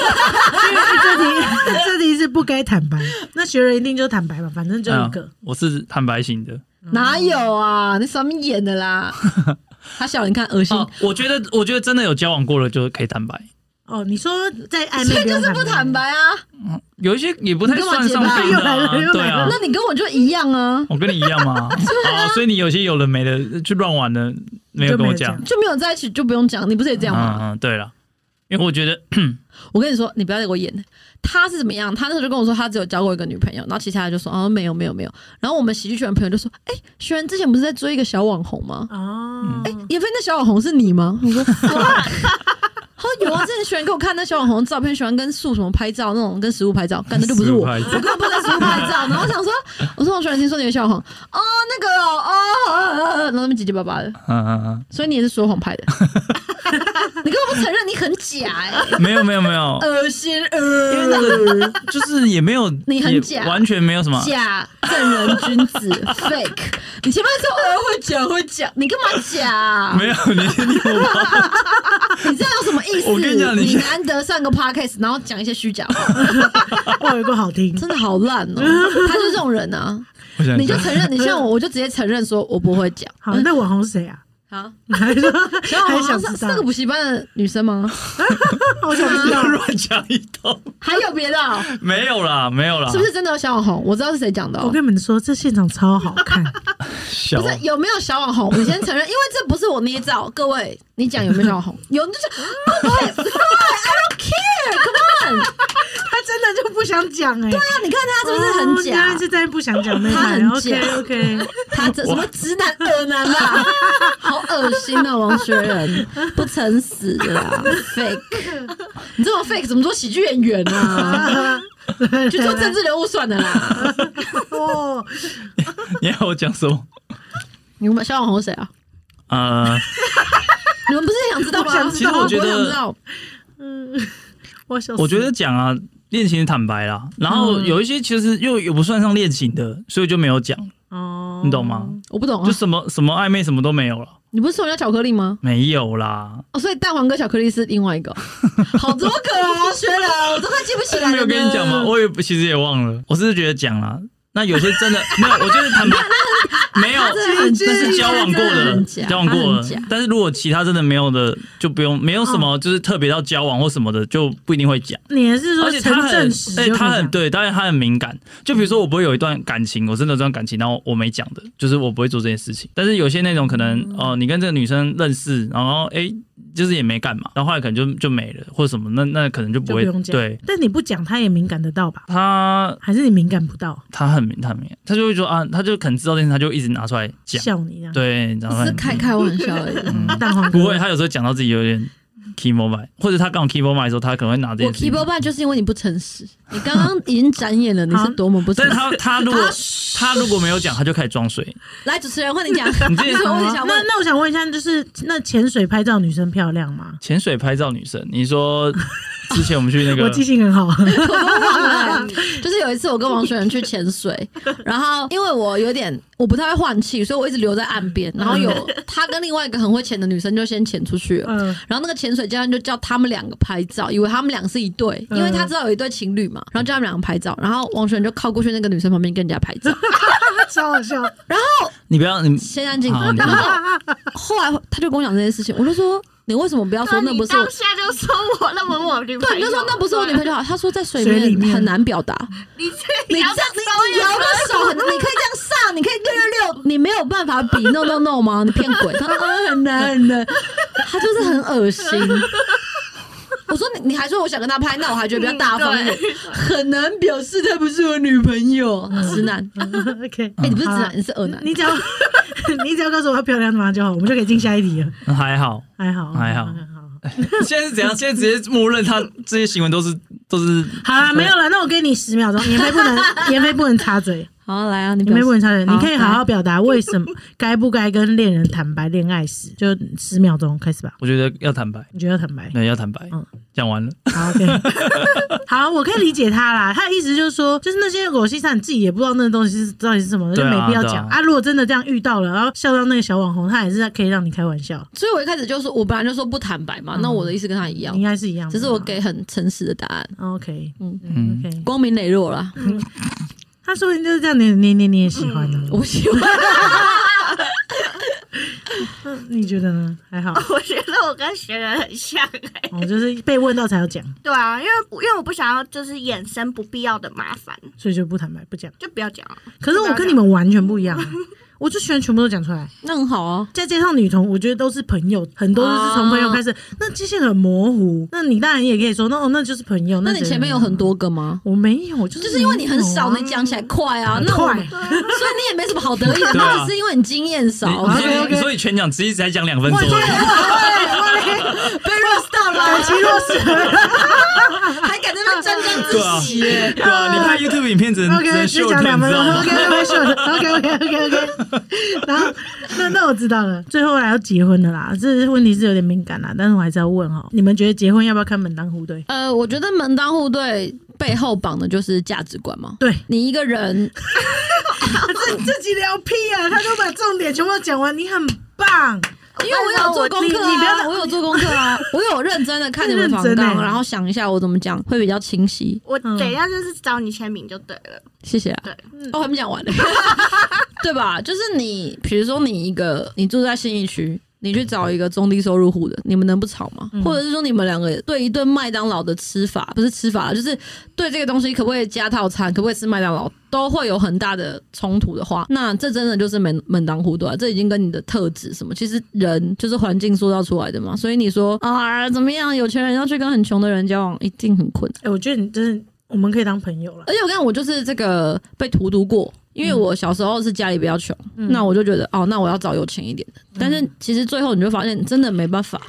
S2: 这题这题是不该坦白，那学人一定就坦白嘛，反正就一个
S3: 嗯。我是坦白型的。
S1: 哪有啊？你什么演的啦？ 他笑，你看恶心。
S3: 哦，我觉得我觉得真的有交往过了就可以坦白，
S2: 哦，你说在暧
S1: 所
S2: 昧
S1: 以就是
S2: 不
S1: 不
S2: 用
S1: 坦
S2: 坦白，
S1: 白啊，
S3: 有一些也不太
S1: 你干嘛
S3: 算
S1: 结
S3: 上
S1: 巴
S3: 病的啊
S2: 又来了又来了
S3: 对啊。
S1: 那你跟我就一样啊，
S3: 我跟你一 样嘛，啊，所以你有些有的没的去乱玩的，没有跟我
S2: 就没
S3: 讲
S2: 有讲。
S1: 就没有在一起就不用讲，你不是也这样吗？
S3: 嗯嗯，对了，因为我觉得
S1: 我跟你说，你不要再给我演。他是怎么样？他那时候就跟我说，他只有交过一个女朋友，然后其他人就说，哦，没有，没有，没有。然后我们喜剧圈的朋友就说，哎、学然之前不是在追一个小网红吗？
S2: 哦，
S3: 嗯
S1: 哎、妍飞，那小网红是你 吗？我说，fuck 他说有啊，之前喜欢给我看那小网红的照片，喜欢跟树什么拍照，那种跟食物拍照，感觉就不是我，
S3: 食物拍
S1: 我
S3: 照
S1: 根本不知道食物拍照。然后我想说，我说我突然听说你有小网红，哦，那个哦，哦，哦哦然后他们结结巴巴的，
S3: 嗯嗯嗯，
S1: 所以你也是说谎拍的。你根本不承认你很假哎、
S3: 没有没有 没有，
S8: 恶心呃，
S3: 那个 就是也没有，
S1: 你很
S3: 也
S1: 假
S3: 完全没有什么。
S1: 假正人君 子 fake。你前面说呃会讲会讲，你干嘛假、
S3: 没有你，你
S1: 你这样有什么意思？
S3: 我跟你讲你
S1: 难得上个 podcast，然后讲一些虚假话，
S2: 哇，有个好听，
S1: 真的好烂哦、他就是这种人啊，
S3: 我想
S1: 你
S3: 一
S1: 就
S3: 下，
S1: 承认，你像我，我就直接承认说我不会讲。
S2: 好，那网红是谁啊？
S1: 好，
S2: 还说
S1: 小网
S2: 还
S1: 红
S2: 想
S1: 是
S2: 知
S1: 是
S2: 道
S1: 嗯那个？补习班的女生 吗？
S2: 我想知道，
S3: 乱讲一通，
S1: 还有别的哦、
S3: 没有啦，没有啦，
S1: 是不是真的有小网红？我知道是谁讲的、
S2: 啊我
S1: 哦。
S2: 跟你们说，这现场超好看，
S3: 小
S1: 不是有没有小网红？你先承认，因为这不是我捏 造。各位，你讲有没有小网红？有，你就是 Who cares? Come on, I don't care. Come on，
S2: 他真的就不想讲哎，对啊， 哦
S1: 那你看他是不是很
S2: 原来
S1: 假？
S2: 是真的不想讲那
S1: 他很假
S2: OK OK，
S1: 他这什么直男恶男啊啦， 好恶心啊！王学仁不诚实的啦，fake。你这种 fake 怎么做喜剧演员 啊？去做政治人物算了啦。
S2: 哦，
S3: 你要我讲什么？
S1: 你们小网红谁啊？
S3: 呃，
S1: 你们不是也想知道吗？
S2: 我想知道
S1: 我
S3: 其实我觉得
S1: 想知道，
S2: 嗯我小
S3: 我觉得讲啊，恋情坦白啦，然后
S1: 嗯
S3: 有一些其实又也不算上恋情的，所以就没有讲，
S2: 哦，
S3: 你懂？吗？
S1: 我不懂啊
S3: 就。什么什么暧昧什么都没有了，
S1: 你不是送人家巧克力吗？
S3: 没有啦，
S1: 哦，所以蛋黄跟巧克力是另外一个，好多个啊，学人，我都快记不起来了。
S3: 没有跟你讲吗？？我也其实也忘了，我只是觉得讲啦。那有些真的 没有，我就是 坦白，没有，
S1: 真的
S3: 那是交往过的
S1: 很假，
S3: 交往过
S1: 他很
S3: 的
S1: 假。嗯
S3: 但是如果其他真的没有的，就不用，没有什么就是特别到交往或什么的，就不一定会讲。
S2: 你也是说
S3: 而且
S2: 陈
S3: 他很
S2: 正，实就
S3: 哎、
S2: 没讲，
S3: 他很对，当然他很敏感。就比如说，我不会有一段感情，我真的有一段感情，然后我没讲的，就是我不会做这件事情。但是有些那种可能，哦、你跟这个女生认识，然后哎、就是也没干嘛，然后后来可能就就没了或者什么，那那可能就不
S2: 就不
S3: 会
S2: 用讲。
S3: 对，
S2: 但你不讲，他也敏感得到吧？
S3: 他。
S2: 还是你敏感不到，
S3: 他很敏，他很敏，他就会说啊，他就可能知道这件事，他就一直拿出来讲，
S2: 笑你这样。啊
S3: 对，然
S1: 只
S3: 后
S1: 是开开玩笑而已。
S3: 嗯
S2: 蛋黄哥
S3: 不会，他有时候讲到自己有点 key mobile，或者他刚好 key mobile 的时候，他可能会拿这
S1: 我
S3: 件事
S1: keep
S3: 情
S1: b a 就是因为你不诚实，你刚刚已经展演了，你是多么不诚
S3: 但是
S1: 实。
S3: 他他如果他如果没有讲，他就开始装水。
S1: 来，主持人换你讲，
S3: 你这
S1: 你什么问题想
S2: 那
S1: 问？
S2: 那我想问一下，就是那潜水拍照女生漂亮吗？
S3: 潜水拍照女生，你说之前我们去那
S2: 我
S3: 个，
S2: 记性很好，
S1: 我都忘了，就是有一次我跟王雪人去潜水，然后因为我有点我不太会换气，所以我一直留在岸边。然后有他跟另外一个很会潜的女生就先潜出去了，
S2: 嗯，
S1: 然后那个潜水教练就叫他们两个拍照，以为他们俩是一对，
S2: 嗯
S1: 因为他知道有一对情侣嘛，然后叫他们两个拍照，然后王璇就靠过去那个女生旁边跟人家拍照，
S2: 超好笑。
S3: 你不要你
S1: 先安静。
S3: 好你
S1: 然后后来他就跟我讲这件事情，我就说你为什么不要说那不是我
S5: 当？下就说我那不是我女朋友，
S1: 对，你就说那不是我女朋友就好。他说在水里
S2: 水里
S1: 面
S2: 面
S1: 很难表达，
S5: 你这
S1: 你这样
S5: 样
S1: 你摇个手，很你可以这样上，你可以六六六，你没有办法比 no no no 吗？你骗鬼！他说嗯很难很难，他就是很恶心。我说你你还说我想跟他拍，那我还觉得比较大方一点，很难表示她不是我女朋友，直男。
S2: OK，
S1: 哎、你不是直
S2: 好啦
S1: 男，你是恶男。
S2: 你只要 你只要告诉我要漂亮的吗就好，我们就可以进下一题了。
S3: 还好，
S2: 还好，
S3: 还好
S2: 还好。
S3: 现在是怎样？现在直接默认他这些行为都是都是
S2: 好啦，没有了，那我给你十秒钟，妍飞不 能，妍飞不能插嘴，
S1: 好，来啊，你
S2: 妍
S1: 表
S2: 飞不
S1: 示
S2: 能插嘴，
S1: 好
S2: 你可以好好表达 为什么该不该跟恋人坦白恋爱史，就十秒钟开始吧。
S3: 我觉得要坦白，
S2: 你觉得坦白？
S3: 对，要坦白
S2: 嗯。
S3: 讲完了，
S2: 好，OK，好，我可以理解他啦。他的意思就是说，就是那些狗西上你自己也不知道那东西是到底是什么，就
S3: 对啊
S2: 没必要
S3: 对啊
S2: 讲啊如果真的这样遇到了，然后笑到那个小网红，他也是可以让你开玩笑，
S1: 所以我一开始就说，我本来就说不坦白嘛，那我的意思跟他一样
S2: 应，该是一样的。
S1: 只是我给很诚实的答案，
S2: OK，
S1: 嗯
S2: 嗯 OK，
S1: 光明磊落啦，
S2: 他说不定就是这样，你你你你也喜欢呢、啊
S1: 我不喜欢。
S2: 你觉得呢？还好，
S5: 我觉得我跟学人很像哎、
S2: 我就是被问到才要讲，
S5: 对啊，因为因为我不想要就是衍生不必要的麻烦，
S2: 所以就不坦白不讲。
S5: 就不要讲了。
S2: 可是我跟你们完全不一样、我就喜欢全部都讲出来。
S1: 那很好啊，
S2: 再加上女同，我觉得都是朋友，很多都是从朋友开始，那界限很模糊。那你当然也可以说，那哦，那就是朋友。
S1: 那你
S2: 怎样
S1: 前面有很，多个吗？
S2: 我没有，就是
S1: 就是因为你很少，
S2: 没有
S1: 你讲起来快啊， 那我
S2: 快
S1: 所以 你也没什么好得意的，
S3: 对啊
S1: 那只是因为你啊经验少所
S3: 你，
S1: 以
S3: 所以
S2: OK，OK
S3: 所以全讲其实才讲两分钟而已，
S1: 被 roast 到
S2: 感
S1: 了，
S2: 情弱势。
S1: 还敢在那边沾沾自喜耶。
S3: 对啊，你拍 YouTube 影片只能只
S2: OK，
S3: 能
S2: 只
S3: 秀的，
S2: 讲两
S3: 你
S2: 分
S3: 知
S2: 钟
S3: 道吗？
S2: ，OK，OK，秀的，OK，OK，OK，OK。然后，那真的我知道了。最后还要结婚的啦，这问题是有点敏感啦，但是我还是要问哈，你们觉得结婚要不要看门当户对？
S1: 呃，我觉得门当户对背后绑的就是价值观嘛。
S2: 对，
S1: 你一个 人，
S2: 啊、 这这集聊屁啊！他都把重点全部都讲完，你很棒。
S1: 因为我有做功课、啊，
S2: 你你不要
S1: 我有做功课啊， 我有认真的看你们访
S2: 认真
S1: 纲，
S2: 欸
S1: 然后想一下我怎么讲会比较清晰。
S5: 我等一下就是找你签名就对了。
S1: 谢谢啊。
S5: 对，
S1: 哦，还没讲完呢，对吧？就是你，比如说你一个，你住在信义区，你去找一个中低收入户的，你们能不吵吗？或者是说你们两个对一顿麦当劳的吃法，不是吃法，就是对这个东西可不可以加套餐，可不可以吃麦当劳，都会有很大的冲突的话，那这真的就是门门当户对、啊，这已经跟你的特质什么，其实人就是环境塑造出来的嘛。所以你说啊，怎么样，有钱人要去跟很穷的人交往，一定很困难。
S2: 哎、我觉得你真的，我们可以当朋友了。
S1: 而且我跟你讲，我就是这个被荼毒过，因为我小时候是家里比较穷，那我就觉得哦，那我要找有钱一点的。但是其实最后你就发现，真的没办法，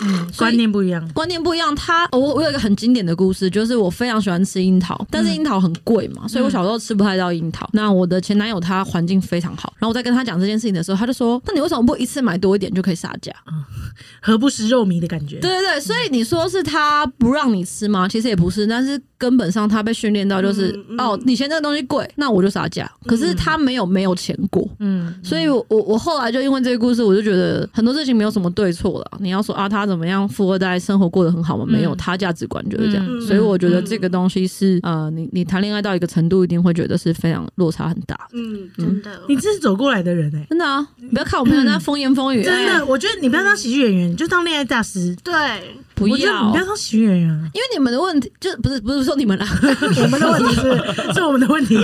S2: 嗯，
S1: 所以
S2: 观念不一样。
S1: 观念不一样。他我我有一个很经典的故事，就是我非常喜欢吃樱桃，但是樱桃很贵嘛，所以我小时候吃不太到樱桃。那我的前男友他环境非常好，然后我在跟他讲这件事情的时候，他就说：“那你为什么不一次买多一点就可以杀价？”
S2: 何不食肉糜的感觉。
S1: 对对对，所以你说是他不让你吃吗？其实也不是，但是根本上他被训练到就是、
S5: 嗯嗯
S1: 哦，你嫌这个东西贵，那我就杀价。可是他没有没有钱过，
S2: 嗯，
S1: 所以我我我后来就因为这个故事，我就觉得很多事情没有什么对错了。你要说啊，他怎么样，富二代生活过得很好吗？
S2: 嗯
S1: 没有，他价值观就是这样。
S2: 嗯
S1: 所以我觉得这个东西是呃，你你谈恋爱到一个程度，一定会觉得是非常落差很大。
S5: 嗯，真的。
S2: 你这是走过来的人哎、
S1: 真的啊，你不要看我朋友那风言风语，
S2: 真
S1: 哎
S2: 的，我觉得你不要当喜剧演员，你就当恋爱大师。
S5: 对，
S1: 不
S2: 我觉得
S1: 要，
S2: 你不，要当喜剧演员 啊
S1: 因为你们的问题就不是不是说你们啦，
S2: 我们的问题是是我们的 问题，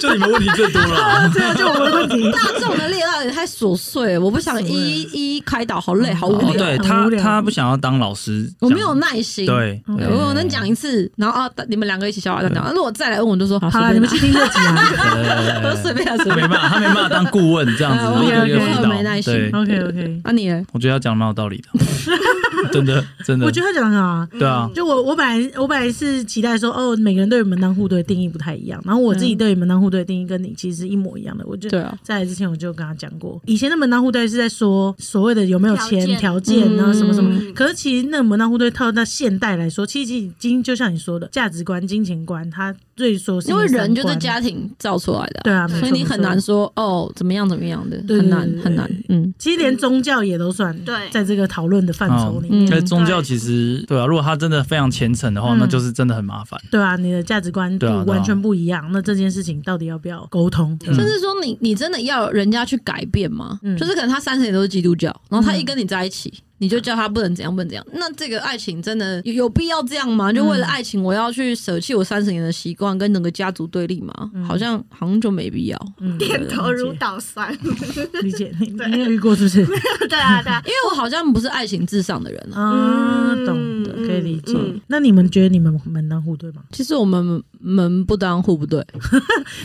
S6: 就你们问题最多了。
S2: 对啊，就我们的问题。
S1: 大众的恋爱也太琐碎了，我不想一一开导，好累，好无
S6: 哦，
S1: 聊，
S6: 对
S2: 很
S6: 他
S2: 无聊
S6: 他不想要当老师，
S1: 我没有耐心。
S6: 对，
S1: 对，
S6: 对
S1: 我能讲一次，然后啊，你们两个一起小话大讲。如果再来问，我就说好，
S2: 好
S1: 随
S2: 了，你
S1: 便
S2: 们
S1: 啦
S2: 去听这集 啊。
S1: 我
S3: 哎
S1: 说随便啊啦，随
S6: 他
S1: 便
S6: 没办
S1: 啦。
S6: 法，他没办法当顾问这样子，
S1: 哎
S6: 一个一个
S2: OK，OK，
S6: 辅
S1: 我没耐
S6: 导。对，
S1: 心
S2: OK OK，
S1: 啊，你嘞
S6: 我觉得他讲的蛮有道理的，真的真的
S2: 我。觉得他讲的好啊。
S6: 对
S5: 嗯
S6: 啊，
S2: 就我，我本来我本来是期待说，哦，每个人对于门当户对的定义不太一样，然后我自己对于门当户对的定义跟你其实是一模一样的。我就
S1: 嗯对啊，
S2: 在来之前我就跟他讲过，以前的门当户对是在说所谓的有没有钱、条
S5: 条
S2: 件然后什么什么。
S5: 嗯
S2: 可是其实那个门当户对套到现代来说，其实已经就像你说的，价值观、金钱观，它最说是
S1: 因为人就是
S2: 三观
S1: 家庭造出来的啊，
S2: 对啊，没错
S1: 所以你
S2: 没错
S1: 很难说哦，怎么样怎么样的，
S2: 对
S1: 很难
S2: 对对
S1: 很难。嗯，
S2: 其实连宗教也都算
S5: 对
S2: 在这个讨论的范畴里面
S1: 嗯。
S6: 但是哎宗教其实对啊，如果他真的非常虔诚的话，
S2: 嗯
S6: 那就是真的很麻烦。
S2: 对啊，你的价值观不
S6: 对啊对啊
S2: 完全不一样，那这件事情到底要不要沟通？
S6: 嗯
S1: 甚至说你你真的要人家去改变吗？
S2: 嗯
S1: 就是可能他三十年都是基督教，然后他一跟你在一起，你就叫他不能怎样不能怎样，那这个爱情真的有有必要这样吗？就为了爱情，我要去舍弃我三十年的习惯，跟整个家族对立吗？好像好像就没必要。
S2: 嗯，
S5: 点头如捣蒜。
S2: 理解你，你也遇过是不是？
S5: 对啊，对啊。
S1: 因为我好像不是爱情至上的人啊。
S2: 啊，
S5: 嗯
S2: 懂的，可以理解
S5: 嗯嗯。
S2: 那你们觉得你们门当户对吗？
S1: 其实我们门不当户不对，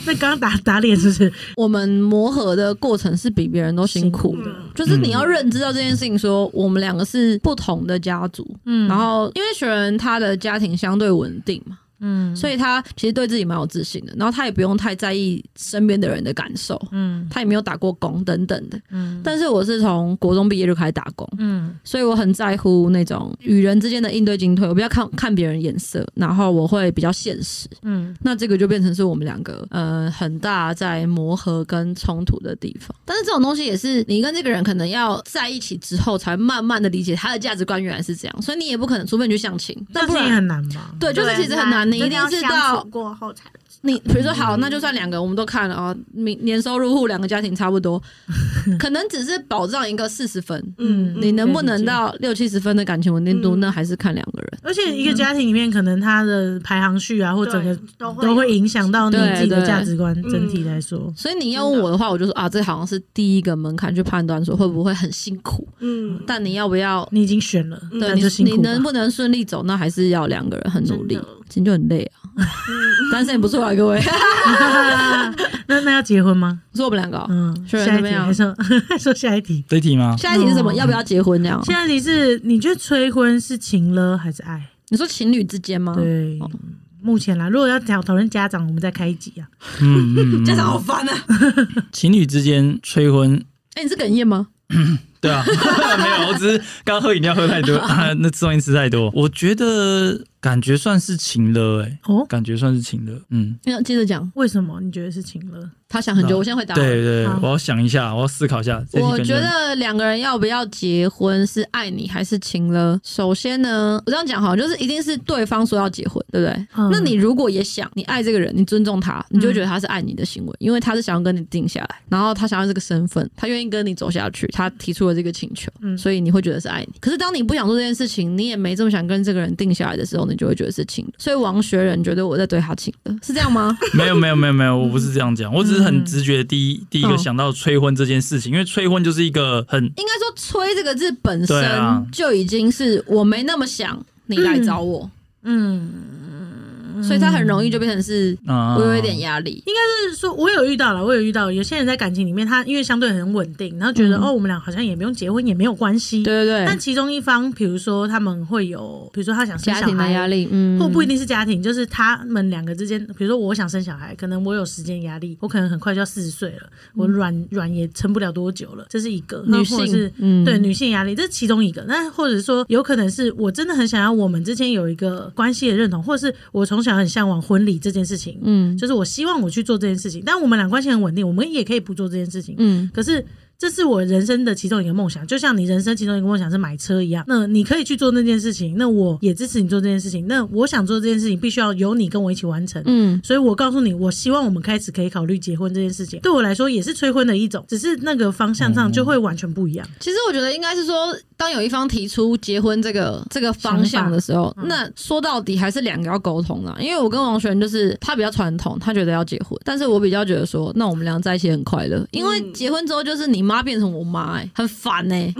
S2: 那刚刚打打脸是不是？
S1: 我们磨合的过程是比别人都辛苦
S2: 辛
S1: 的
S2: 苦。
S5: 嗯
S1: 就是你要
S2: 嗯
S1: 认知到这件事情说我们两个是不同的家族。
S2: 嗯
S1: 然后因为雪人他的家庭相对稳定嘛，
S2: 嗯
S1: 所以他其实对自己蛮有自信的，然后他也不用太在意身边的人的感受，
S2: 嗯
S1: 他也没有打过工等等的。
S2: 嗯
S1: 但是我是从国中毕业就开始打工，
S2: 嗯
S1: 所以我很在乎那种与人之间的应对进退，我比较看看别人眼色，然后我会比较现实。
S2: 嗯，
S1: 那这个就变成是我们两个呃很大在磨合跟冲突的地方。但是这种东西也是你跟这个人可能要在一起之后，才慢慢的理解他的价值观原来是这样，所以你也不可能，除非你去相亲，那
S2: 那
S1: 不
S2: 这也
S1: 然。
S2: 很难吧？
S1: 对，就是其实很难，你一定
S5: 要
S1: 是
S5: 相
S1: 到
S5: 处过后才
S1: 你比如说好，那就算两个我们都看了啊，明年收入户两个家庭差不 多，可能只是保障一个四十分，
S2: 嗯
S1: 你能不
S2: 可以
S1: 能
S2: 理解
S1: 到六七十分的感情稳定度，
S5: 嗯
S1: 那还是看两个人。
S2: 而且一个家庭里面，可能他的排行序啊，或
S5: 或
S2: 整个
S5: 都会
S2: 都会影响到你
S1: 对
S2: 自己的
S1: 对
S2: 价值观
S5: 嗯
S2: 整体来说。
S1: 所以你要问我的话，我就说啊，这好像是第一个门槛去判断
S2: 嗯
S1: 说会不会很辛苦，
S5: 嗯，
S1: 但你要不要？
S2: 你已经选了，
S1: 对
S2: 那
S1: 嗯你
S2: 就辛
S1: 你
S2: 苦吧。
S1: 能不能顺利走，那还是要两个人很努力
S5: 真的，
S1: 其实就很累啊。
S2: 嗯
S1: 单身也不错啊， 各位。
S2: 那 那要结婚吗？
S1: 说我们两个啊哦，
S2: 嗯，
S1: 确认
S2: 下一
S1: 怎么
S2: 题
S1: 样
S2: 还 说还说下一题。
S6: 这一题吗？
S1: 下一题是什么？
S2: 哦
S1: 要不要结婚这样？
S2: 下一题是你觉得催婚是情了还是爱？
S1: 你说情侣之间吗？
S2: 对
S1: 哦，
S2: 目前啦，如果要讨讨论家长，我们再开一集啊。
S6: 嗯嗯，嗯
S4: 家长好烦啊！
S6: 情侣之间催婚，
S1: 哎、你是哽咽吗？
S6: 对啊， 没有，我只是刚喝饮料喝太多，啊、那吃东西吃太多。我觉得感觉算是情了、欸，哎，
S2: 哦，
S6: 感觉算是情了。嗯，
S1: 那接着讲，
S2: 为什么你觉得是情了？
S1: 他想很久，我先回答。
S6: 对对，
S2: 好
S6: 我要想一下，我要思考一下。这题
S1: 啊我
S6: 感
S1: 觉得两个人要不要结婚是爱你还是情了？首先呢，我这样讲好，就是一定是对方说要结婚，对不对？
S2: 嗯
S1: 那你如果也想你爱这个人，你尊重他，你就会觉得他是爱你的行为，因为他是想要跟你定下来，然后他想要这个身份，他愿意跟你走下去，他提出了这个请求，
S2: 嗯
S1: 所以你会觉得是爱你。可是当你不想做这件事情，你也没这么想跟这个人定下来的时候，你就会觉得是情了。所以王学仁觉得我在对他情了，是这样吗？
S6: 没有没有没有没有，我不是这样讲，我只是很直觉。第一第一
S1: 哦
S6: 个想到催婚这件事情，因为催婚就是一个很
S1: 应该说“催”这个字本
S6: 对啊
S1: 身就已经是我没那么想你来找我，
S2: 嗯，
S1: 所以他很容易就变成是
S6: 嗯，
S1: 我有一点压力。
S2: 就是说，我有遇到了，我有遇到有些人在感情里面，他因为相对很稳定，然后觉得、
S1: 嗯
S2: 哦，我们俩好像也不用结婚，也没有关系。
S1: 对对
S2: 但
S1: 对，
S2: 其中一方，比如说他们会有，比如说他想生
S1: 家
S2: 小
S1: 庭的
S2: 孩
S1: 压，力，嗯，
S2: 或不一定是家庭，就是他们两个之间，比如说我想生小孩，可能我有时间压力，我可能很快就要四十岁了，我卵卵也撑不了多久了，这是一个。
S1: 嗯女
S2: 或者
S1: 性
S2: 是
S1: 嗯
S2: 对女性压力，这是其中一个。那或者说，有可能是我真的很想要我们之间有一个关系的认同，或者是我从小很向往婚礼这件事情，
S1: 嗯
S2: 就是我希望我去做这件事情，但我们俩关系很稳定，我们也可以不做这件事情。
S1: 嗯
S2: 可是这是我人生的其中一个梦想，就像你人生其中一个梦想是买车一样。那你可以去做那件事情，那我也支持你做这件事情。那我想做这件事情，必须要由你跟我一起完成。
S1: 嗯，
S2: 所以我告诉你，我希望我们开始可以考虑结婚这件事情，对我来说也是催婚的一种，只是那个方向上就会完全不一样。
S1: 其实我觉得应该是说，当有一方提出结婚这个这个方向的时候，
S2: 嗯
S1: 那说到底还是两个要沟通啦。因为我跟王璇就是他比较传统，他觉得要结婚，但是我比较觉得说，那我们俩在一起很快乐，因为
S5: 嗯
S1: 结婚之后就是你妈变成我妈、欸，很烦哎、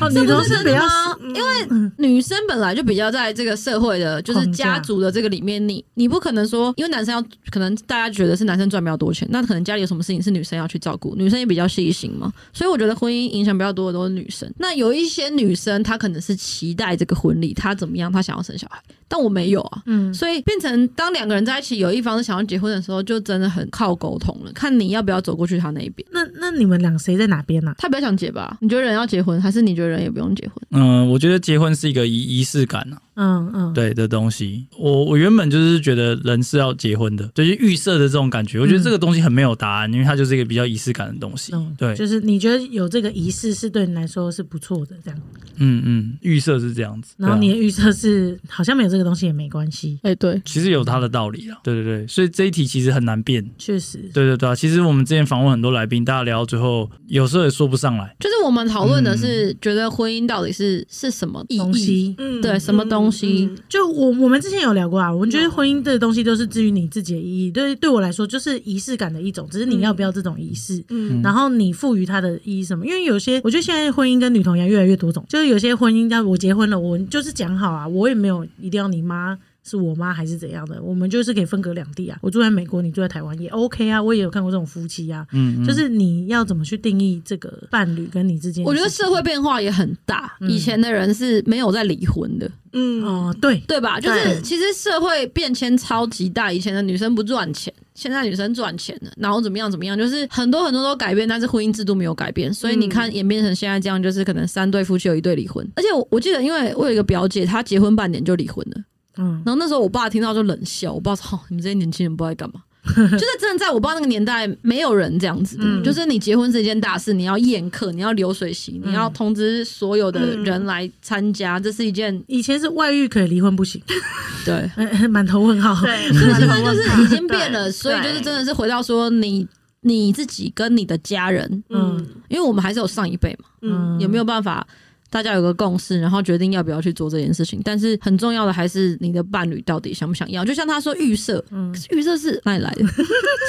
S2: 哦，女同事比较
S1: 吗？
S5: 嗯
S1: 因为女生本来就比较在这个社会的，就是
S2: 框架
S1: 家族的这个里面，你你不可能说，因为男生要可能大家觉得是男生赚比较多钱，那可能家里有什么事情是女生要去照顾，女生也比较细心嘛，所以我觉得婚姻影响比较多的都是女生。那有一些女生她可能是期待这个婚礼，她怎么样，她想要生小孩，但我没有啊，
S2: 嗯
S1: 所以变成当两个人在一起，有一方是想要结婚的时候，就真的很靠沟通了，看你要不要走过去他那一边。
S2: 那那你们俩谁在哪边呢、啊
S1: 他比较想结吧？你觉得人要结婚，还是你觉得人也不用结婚？
S6: 嗯，我觉得结婚是一个仪仪式感啊。
S2: 嗯嗯，，
S6: 对的东西。我我原本就是觉得人是要结婚的，就是预设的这种感觉。我觉得这个东西很没有答案，因为它就是一个比较仪式感的东西。
S2: 嗯，
S6: 对，
S2: 就是你觉得有这个仪式是对你来说是不错的，这样。
S6: 嗯嗯，预设是这样子。
S2: 然后
S6: 对啊
S2: 你的预测是好像没有这个东西也没关系，
S1: 哎、对，
S6: 其实有它的道理啊，对对对，所以这一题其实很难变。
S2: 确实，
S6: 对对对啊，其实我们之前访问很多来宾，大家聊到最后，有时候也说不上来。
S1: 就是我们讨论的是，觉得婚姻到底是是什么意义
S2: 嗯东？西。
S5: 嗯
S1: 对什么东西
S5: 嗯嗯
S2: 就我我们之前有聊过啊，我们觉得婚姻这个东西都是至于你自己的意义。对，对我来说就是仪式感的一种，只是你要不要这种仪式。
S5: 嗯
S2: 然后你赋予它的意义是什么？因为有些，我觉得现在婚姻跟女童一样越来越多种，就是有些婚姻，要我结婚了，我就是讲好啊，我也没有一定要你妈是我妈还是怎样的，我们就是可以分隔两地啊。我住在美国，你住在台湾也 OK 啊，我也有看过这种夫妻啊。
S6: 嗯，嗯
S2: 就是你要怎么去定义这个伴侣跟你之间的事情？
S1: 我觉得社会变化也很大，
S2: 嗯
S1: 以前的人是没有在离婚的，
S5: 嗯
S2: 哦，对，
S1: 对吧？就是
S5: 对
S1: 其实社会变迁超级大，以前的女生不赚钱，现在女生赚钱了，然后怎么样怎么样，就是很多很多都改变，但是婚姻制度没有改变，所以你
S2: 嗯
S1: 看演变成现在这样，就是可能三对夫妻有一对离婚，而且我我记得，因为我有一个表姐，她结婚半年就离婚了。
S2: 嗯，
S1: 然后那时候我爸听到就冷笑，我爸说：“哦，你们这些年轻人不知道在干嘛。” 就是真的，在我爸那个年代，没有人这样子的。
S2: 嗯
S1: 就是你结婚是一件大事，你要宴客，你要流水席，你要通知所有的人来参加，这是一件
S2: 以前是外遇可以离婚不行，
S1: 对。
S2: 呃满头问号。
S5: 对，现在
S1: 就是已经变了，所以就是真的是回到说你你自己跟你的家人，
S5: 嗯
S1: 因为我们还是有上一辈嘛，
S5: 嗯
S1: 也没有办法大家有个共识，然后决定要不要去做这件事情。但是很重要的还是你的伴侣到底想不想要。就像他说预设，可是预设是哪里来的？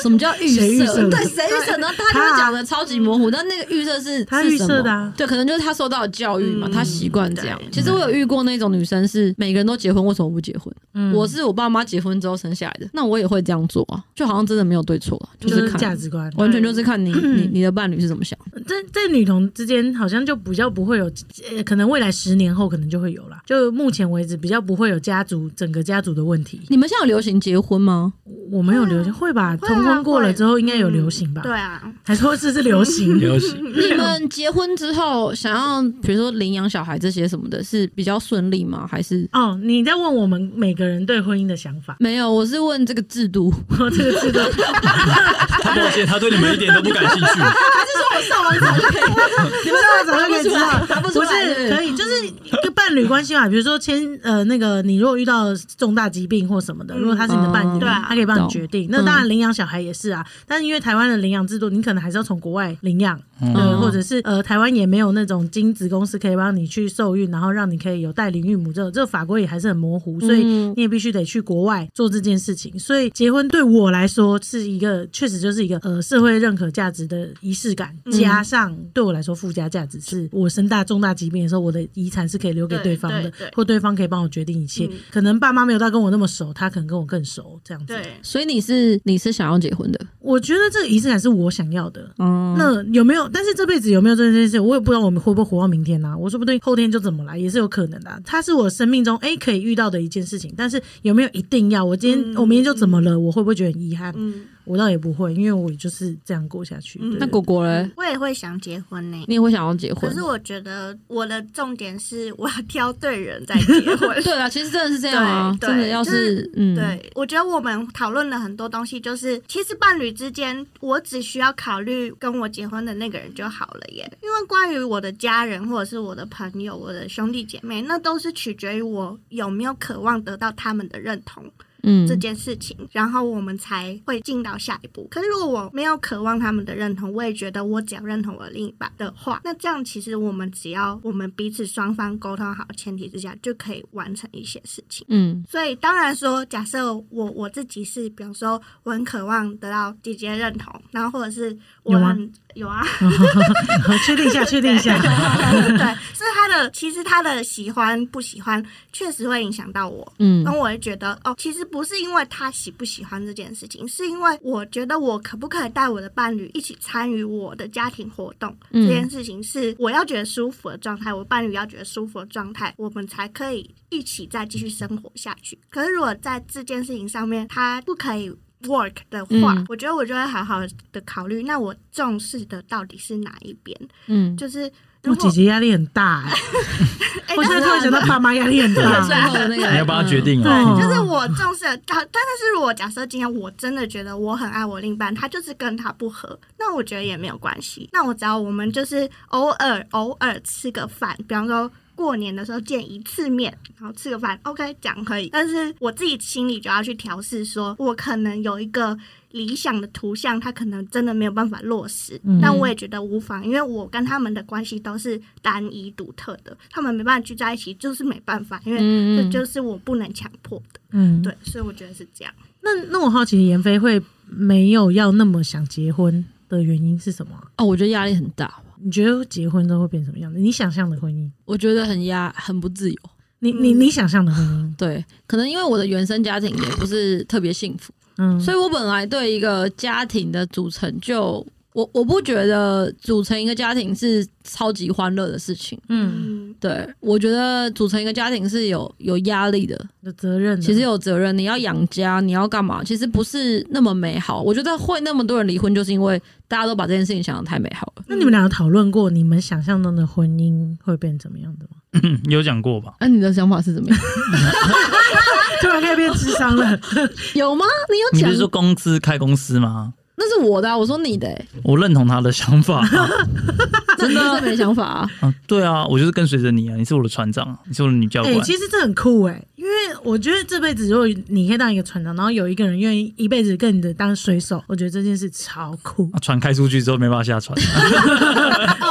S1: 什么叫预设？
S2: 嗯谁预设的
S1: 对，谁预设呢？他就会讲的超级模糊，但那个预设是
S2: 他
S1: 是
S2: 预
S1: 什
S2: 设
S1: 么
S2: 的啊
S1: 对，可能就是他受到的教育嘛，
S5: 嗯
S1: 他习惯这样。
S5: 对
S1: 其实我有遇过那种女生是每个人都结婚，为什么不结婚？
S2: 嗯
S1: 我是我爸妈结婚之后生下来的，那我也会这样做啊，就好像真的没有对错啊，
S2: 就
S1: 就是
S2: 是价
S1: 看。
S2: 值观，
S1: 完全就是看你你你的伴侣是怎么想，
S2: 在在女同之间好像就比较不会有，呃、呃可能未来十年后可能就会有啦。就目前为止，比较不会有家族整个家族的问题。
S1: 你们现在有流行结婚吗？
S2: 我没有流行，会吧？
S5: 会
S2: 同
S5: 啊
S2: 婚过了
S5: 会
S2: 之后，应该有流行吧？
S5: 对，啊，
S2: 还说这是流行，
S3: 流 行
S1: 你们结婚之后想要，比如说领养小孩这些什么的，是比较顺利吗？还是，
S2: 哦，你在问我们每个人对婚姻的想法
S1: 没有？我是问这个制度，
S2: 我这 个制度，
S3: 他抱歉，他对你们一点都不感兴趣。
S2: 你们大家早就可以知道，
S1: 答不出
S2: 不
S1: 来是不
S2: 是
S1: 是
S2: 可以，就是一个伴侣关系啊嘛。比如说签呃那个，你如果遇到重大疾病或什么的，如果他是你的伴
S1: 哦
S2: 侣，
S5: 对啊
S2: 他可以帮你
S1: 懂
S2: 决定。那当然领养小孩也是啊，但是因为台湾的领养制度，你可能还是要从国外领养， 对，
S1: 嗯
S2: 或者是呃台湾也没有那种精子公司可以帮你去受孕，然后让你可以有代理孕母这种，这个法规也还是很模糊，所以
S1: 嗯
S2: 你也必须得去国外做这件事情。所以结婚对我来说是一个，确实就是一个呃社会认可价值的仪式感，
S5: 嗯
S2: 加上对我来说附加价值是我生大重大疾病的时候，我的遗产是可以留给对
S5: 对
S2: 方
S5: 对
S2: 的
S5: 对，
S2: 或对方可以帮我决定一切
S5: 嗯。
S2: 可能爸妈没有到跟我那么熟，他可能跟我更熟这样子。
S5: 对，
S1: 所以你是你是想要结婚的？
S2: 我觉得这个仪式感是我想要的，
S1: 嗯，
S2: 那有没有？但是这辈子有没有这件事，我也不知道我们会不会活到明天啊。我说不定后天就怎么来，也是有可能的啊、它是我生命中哎、诶可以遇到的一件事情，但是有没有一定要？我今天、
S5: 嗯
S2: 我明天就怎么了？我会不会觉得很遗憾？
S5: 嗯，
S2: 我倒也不会，因为我就是这样过下去。
S5: 嗯
S2: 对
S1: 那果果嘞，
S5: 我也会想结婚呢。
S1: 你也会想要结婚
S5: 可？是我觉得我的重点是我要挑对人再结婚。
S1: 对啊，其实真的是这样啊，
S5: 对
S1: 真的要
S5: 就是
S1: 嗯，
S5: 对，我觉得我们讨论了很多东西，就是其实伴侣之间，我只需要考虑跟我结婚的那个人就好了耶。因为关于我的家人或者是我的朋友、我的兄弟姐妹，那都是取决于我有没有渴望得到他们的认同
S1: 嗯
S5: 这件事情，然后我们才会进到下一步。可是如果我没有渴望他们的认同，我也觉得我只要认同我的另一半的话，那这样其实我们只要我们彼此双方沟通好的前提之下，就可以完成一些事情。
S1: 嗯
S5: 所以当然说，假设我我自己是，比如说我很渴望得到姐姐认同，然后或者是我
S2: 有吗
S5: 很有啊，
S2: 确定一下，确定一下。
S5: 对， 是他的其实他的喜欢不喜欢确实会影响到我。
S1: 嗯
S5: 那我会觉得哦，其实不是因为他喜不喜欢这件事情，是因为我觉得我可不可以带我的伴侣一起参与我的家庭活动、
S1: 嗯
S5: 这件事情，是我要觉得舒服的状态，我伴侣要觉得舒服的状态，我们才可以一起再继续生活下去。可是如果在这件事情上面，他不可以。work 的话，
S1: 嗯
S5: 我觉得我就会好好的考虑，那我重视的到底是哪一边？
S1: 嗯，
S5: 就是
S2: 我
S5: 如
S2: 姐
S5: 果
S2: 姐压力很大、欸，
S5: 哎
S2: 我现在突然想到爸妈压力很
S1: 最
S2: 大。
S1: 后的那个
S3: 你要帮他决，
S6: 啊
S3: 定
S2: 嗯对
S3: 哦。
S5: 就是我重视的，但但是如果假设今天我真的觉得我很爱我另一半，他就是跟他不合，那我觉得也没有关系。那我只要我们就是偶尔偶尔吃个饭，比方说。过年的时候见一次面，然后吃个饭，OK，讲可以。但是我自己心里就要去调试说，我可能有一个理想的图像，他可能真的没有办法落实。
S2: 嗯
S5: 但我也觉得无妨，因为我跟他们的关系都是单一独特的，他们没办法聚在一起，就是没办法，因为
S1: 嗯
S5: 这
S1: 嗯
S5: 就是我不能强迫的，
S2: 嗯，
S5: 对，所以我觉得是这样。
S2: 那那我好奇，妍飞会没有要那么想结婚的原因是什么啊？
S1: 哦，我觉得压力很大，
S2: 你觉得结婚之后会变什么样子？你想象的婚姻？
S1: 我觉得很压，很不自由。
S2: 你你你想象的婚姻，
S1: 对，可能因为我的原生家庭也不是特别幸福，
S2: 嗯，
S1: 所以我本来对一个家庭的组成就。我我不觉得组成一个家庭是超级欢乐的事情，
S2: 嗯，
S5: 嗯，
S1: 对我觉得组成一个家庭是有有压力的，
S2: 有责任的，
S1: 其实有责任，你要养家，你要干嘛？其实不是那么美好。我觉得会那么多人离婚，就是因为大家都把这件事情想的太美好了。
S2: 那你们俩有讨论过你们想象中的婚姻会变怎么样的吗？
S6: 嗯有讲过吧？
S1: 那、你的想法是怎么样？
S2: 突然开始变智商了，
S1: 有吗？你
S6: 你
S1: 有
S6: 不
S1: 讲
S6: 是？说公司开公司吗？
S1: 那是我的、啊，我说你的、欸，
S6: 我认同他的想法啊
S1: 真 的没想法、啊。
S6: 啊，对啊，我就是跟随着你啊，你是我的船长啊，你是我的女教
S2: 哎、
S6: 官。
S2: 其实这很酷哎、因为我觉得这辈子如果你可以当一个船长，然后有一个人愿意一辈子跟你的当水手，我觉得这件事超酷，
S6: 啊船开出去之后没办法下 船，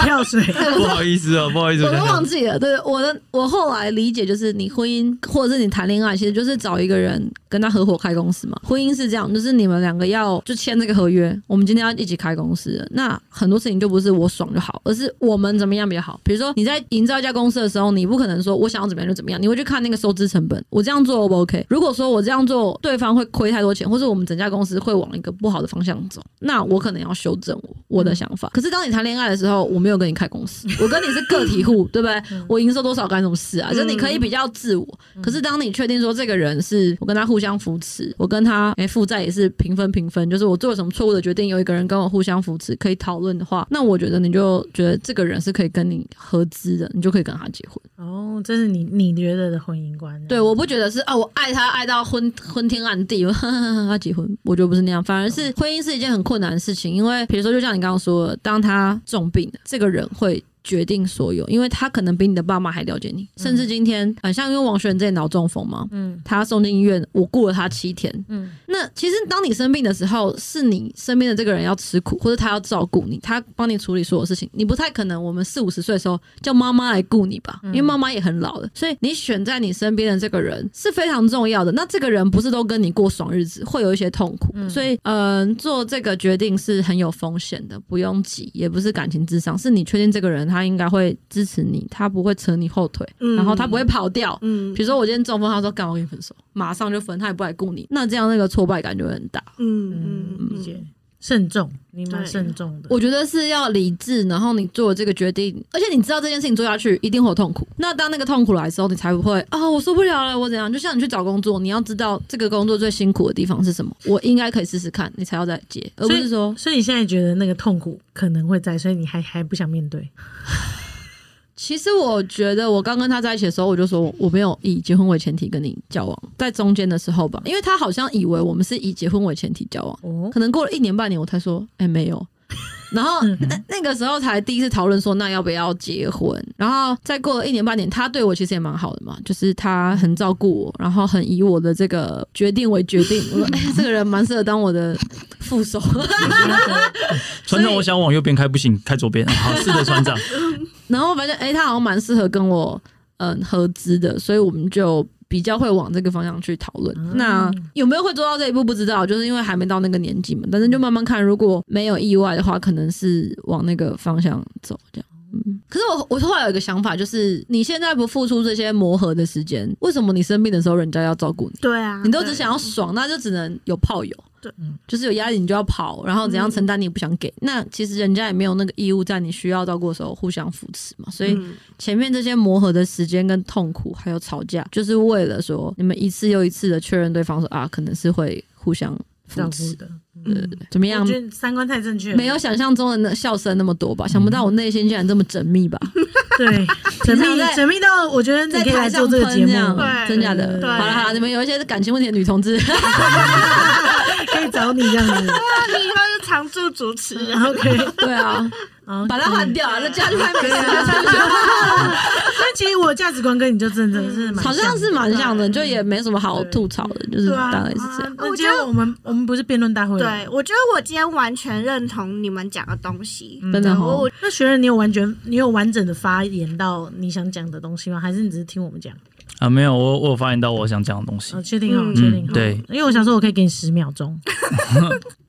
S2: 跳水。
S6: 不好意思啊，不好意思，
S1: 我都
S6: 想想
S1: 忘记了，对我的我后来理解就是，你婚姻或者是你谈恋爱，其实就是找一个人跟他合伙开公司嘛。婚姻是这样，就是你们两个要就签这个合约，我们今天要一起开公司了。那很多事情就不是我爽就好，而是我们怎么样比较好。比如说你在营造一家公司的时候，你不可能说我想要怎么样就怎么样，你会去看那个收支成本，我这样做 O 不 OK？如果说我这样做对方会亏太多钱，或者我们整家公司会往一个不好的方向走，那我可能要修正我我的想法。可是当你谈恋爱的时候，我没有没有跟你开公司，我跟你是个体户，对不对？我营收多少干什么事啊？就是你可以比较自我，可是当你确定说这个人是我跟他互相扶持，我跟他哎负债也是平分平分，就是我做了什么错误的决定，有一个人跟我互相扶持，可以讨论的话，那我觉得你就觉得这个人是可以跟你合资的，你就可以跟他结婚。
S2: 哦，这是你你觉得的婚姻观？
S1: 对，我不觉得是啊，我爱他爱到昏昏天暗地， 我他结婚，我觉得不是那样，反而是婚姻是一件很困难的事情，因为比如说，就像你刚刚说的，当他重病了，这个人会。决定所有，因为他可能比你的爸妈还了解你，甚至今天，呃，像因为王学仁之前脑中风嘛，
S2: 嗯
S1: 他送进医院，我顾了他七天，
S2: 嗯，
S1: 那其实当你生病的时候，是你身边的这个人要吃苦，或者他要照顾你，他帮你处理所有事情。你不太可能，我们四五十岁的时候叫妈妈来顾你吧，因为妈妈也很老了。所以你选在你身边的这个人是非常重要的。那这个人不是都跟你过爽日子，会有一些痛苦。所以，嗯、做这个决定是很有风险的，不用急，也不是感情至上，是你确定这个人他应该会支持你，他不会扯你后腿，
S5: 嗯
S1: 然后他不会跑掉。
S5: 嗯
S1: 比如说我今天中风，他说干我跟你分手，马上就分，他也不来顾你，那这样那个挫败感就会很大。
S5: 嗯嗯，
S2: 理解，慎重，你蛮
S5: 对
S2: 慎重的。
S1: 我觉得是要理智，然后你做这个决定，而且你知道这件事情做下去一定会有痛苦。那当那个痛苦来的时候，你才不会啊、我受不了了，我怎样？就像你去找工作，你要知道这个工作最辛苦的地方是什么，我应该可以试试看，你才要再接，而不是说
S2: 所以你现在觉得那个痛苦可能会在，所以你还还不想面对。
S1: 其实我觉得，我刚跟他在一起的时候，我就说我我没有以结婚为前提跟你交往，在中间的时候吧，因为他好像以为我们是以结婚为前提交往，
S2: 哦，
S1: 可能过了一年半年，我才说，哎、没有。然后那那个时候才第一次讨论说，那要不要结婚？然后再过了一年半年，他对我其实也蛮好的嘛，就是他很照顾我，然后很以我的这个决定为决定。我说，哎、这个人蛮适合当我的副手。
S6: 船长，我想往右边开不行，开左边。啊 好，是的，船长。
S1: 然后发现，哎、他好像蛮适合跟我嗯合资的，所以我们就比较会往这个方向去讨论。那有没有会做到这一步不知道，就是因为还没到那个年纪嘛。但是就慢慢看，如果没有意外的话，可能是往那个方向走这样。嗯，可是我我后来有一个想法，就是你现在不付出这些磨合的时间，为什么你生病的时候人家要照顾你？
S5: 对啊，
S2: 嗯
S1: 你都只
S5: 对
S1: 想要爽，那就只能有炮友。
S5: 对，
S1: 就是有压力你就要跑，然后怎
S2: 嗯
S1: 样承担你也不想给。那其实人家也没有那个义务在你需要照顾的时候互相扶持嘛。所以
S5: 嗯
S1: 前面这些磨合的时间跟痛苦，还有吵架，就是为了说你们一次又一次的确认对方说啊，可能是会互相扶
S2: 照顾
S1: 持，
S2: 的，
S1: 对对对，怎么
S2: 嗯我
S1: 样？
S2: 觉得三观太正确了，
S1: 没有想象中的那笑声那么多吧？想不到我内心竟然这么缜 密吧？
S2: 对， 缜密
S1: 平常在
S2: 缜密到我觉得你
S1: 在
S2: 可以
S1: 台
S2: 来做
S1: 上
S2: 这
S1: 喷
S2: 个节目，
S1: 样
S5: 对
S1: 真假的？
S2: 对
S1: 好了好了，你们有一些感情问题的女同志，
S2: 可以找你这样子。
S5: 那你以后是常驻主持人，
S2: OK，
S1: 对啊，
S2: 好，
S1: 把它换掉，那这样就太没事了。
S2: 那其实我的价值观跟你就真的是蛮
S1: 好像是蛮像的，就也没什么好吐槽的，就是
S2: 对啊
S1: 大概是这样。
S2: 那今天我们我们不是辩论大会了，
S5: 对我觉得我今天完全认同你们讲的东西。
S1: 真的
S5: 我
S1: 哦，
S5: 我
S2: 那学人，你有完全你有完整的发言到你想讲的东西吗？还是你只是听我们讲？
S6: 啊，没有，我我有发现到我想讲的东西
S2: 哦，。确定好，
S5: 嗯
S2: 确定好。
S6: 嗯对
S2: 因为我想说，我可以给你十秒 钟。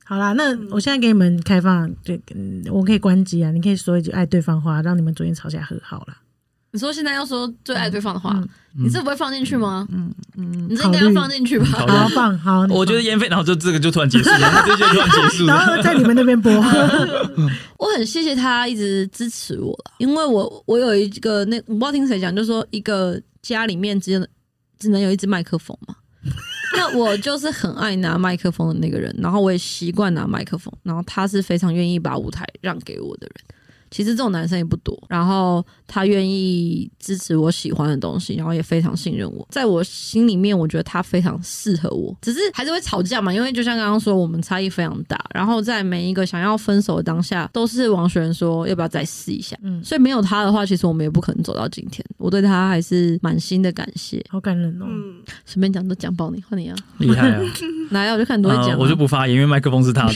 S2: 好啦，那我现在给你们开放，对，嗯我可以关机啊，你可以说一句爱对方话，让你们昨天吵架和好了。
S1: 你说现在要说最爱对方的话
S2: 嗯，
S1: 你这不会放进去吗？嗯嗯，你这
S2: 考
S1: 应
S2: 虑
S1: 该要放进去吧？
S2: 好棒，好，你
S6: 我觉得
S2: 放
S6: 烟飞，然后就这个就突然结束 了，这些突然结束
S2: 然
S6: 了。
S2: 后在你们那边 播，
S1: 我很谢谢他一直支持我了，因为我我有一个那我不知道听谁讲，就说一个家里面只能只能有一只麦克风嘛。那我就是很爱拿麦克风的那个人，然后我也习惯拿麦克风，然后他是非常愿意把舞台让给我的人。其实这种男生也不多，然后他愿意支持我喜欢的东西，然后也非常信任我。在我心里面，我觉得他非常适合我，只是还是会吵架嘛，因为就像刚刚说，我们差异非常大。然后在每一个想要分手的当下，都是王学仁说要不要再试一下。
S2: 嗯
S1: 嗯，所以没有他的话，其实我们也不可能走到今天。我对他还是满心的感谢。
S2: 好感人哦。
S5: 嗯，
S1: 随便讲都讲爆你，换你啊！
S6: 厉害啊！
S1: 来啊，我就 看你都会讲啊、
S6: 啊我就不发言，因为麦克风是他 的。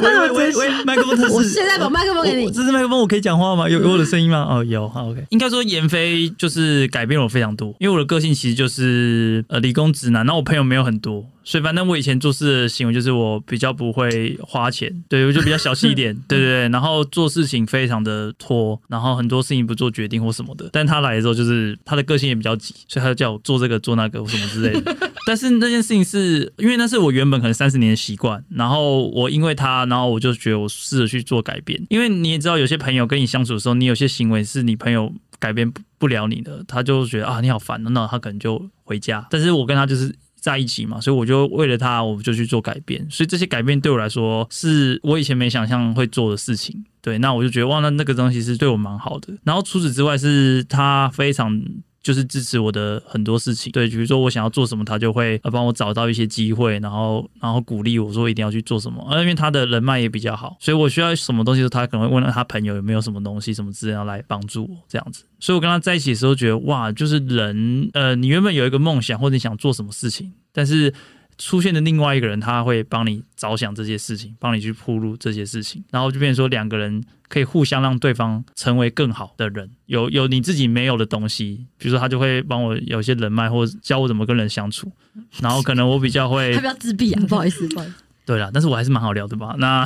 S6: 喂喂喂喂，麦克风他是
S1: 我现在把麦克风给
S6: 我
S1: 你。嗯
S6: 这是麦克风，我可以讲话吗？有有我的声音吗？哦，有，好，OK。应该说，妍飞就是改变了我非常多，因为我的个性其实就是呃理工直男，那我朋友没有很多，所以反正我以前做事的行为就是我比较不会花钱，对我就比较小气一 点，对对对，然后做事情非常的拖，然后很多事情不做决定或什么的。但他来的时候，就是他的个性也比较急，所以他就叫我做这个做那个或什么之类的。但是那件事情是因为那是我原本可能三十年的习惯，然后我因为他，然后我
S3: 我就觉得我试着去做改变，因为你也知道，有些朋友跟你相处的时候，你有些行为是你朋友改变不不了你的，他就觉得啊你好烦，那他可能就回家。但是我跟他就是。在一起嘛，所以我就为了他，我就去做改变。所以这些改变对我来说，是我以前没想象会做的事情。对，那我就觉得哇，那那个东西是对我蛮好的。然后除此之外，是他非常就是支持我的很多事情。对，比如说我想要做什么，他就会呃帮我找到一些机会，然后然后鼓励我说一定要去做什么。呃而因为他的人脉也比较好，所以我需要什么东西的时候，他可能会问他朋友有没有什么东西、什么资料来帮助我这样子。所以我跟他在一起的时候，觉得哇，就是人呃，你原本有一个梦想或者你想做什么事情，但是出现的另外一个人，他会帮你着想这些事情，帮你去铺路这些事情，然后就变成说两个人可以互相让对方成为更好的人，有有你自己没有的东西，比如说他就会帮我有一些人脉，或者教我怎么跟人相处，然后可能我比较会
S1: 他比较自闭啊，不好意思，不好意思。
S3: 对啦，但是我还是蛮好聊的吧？那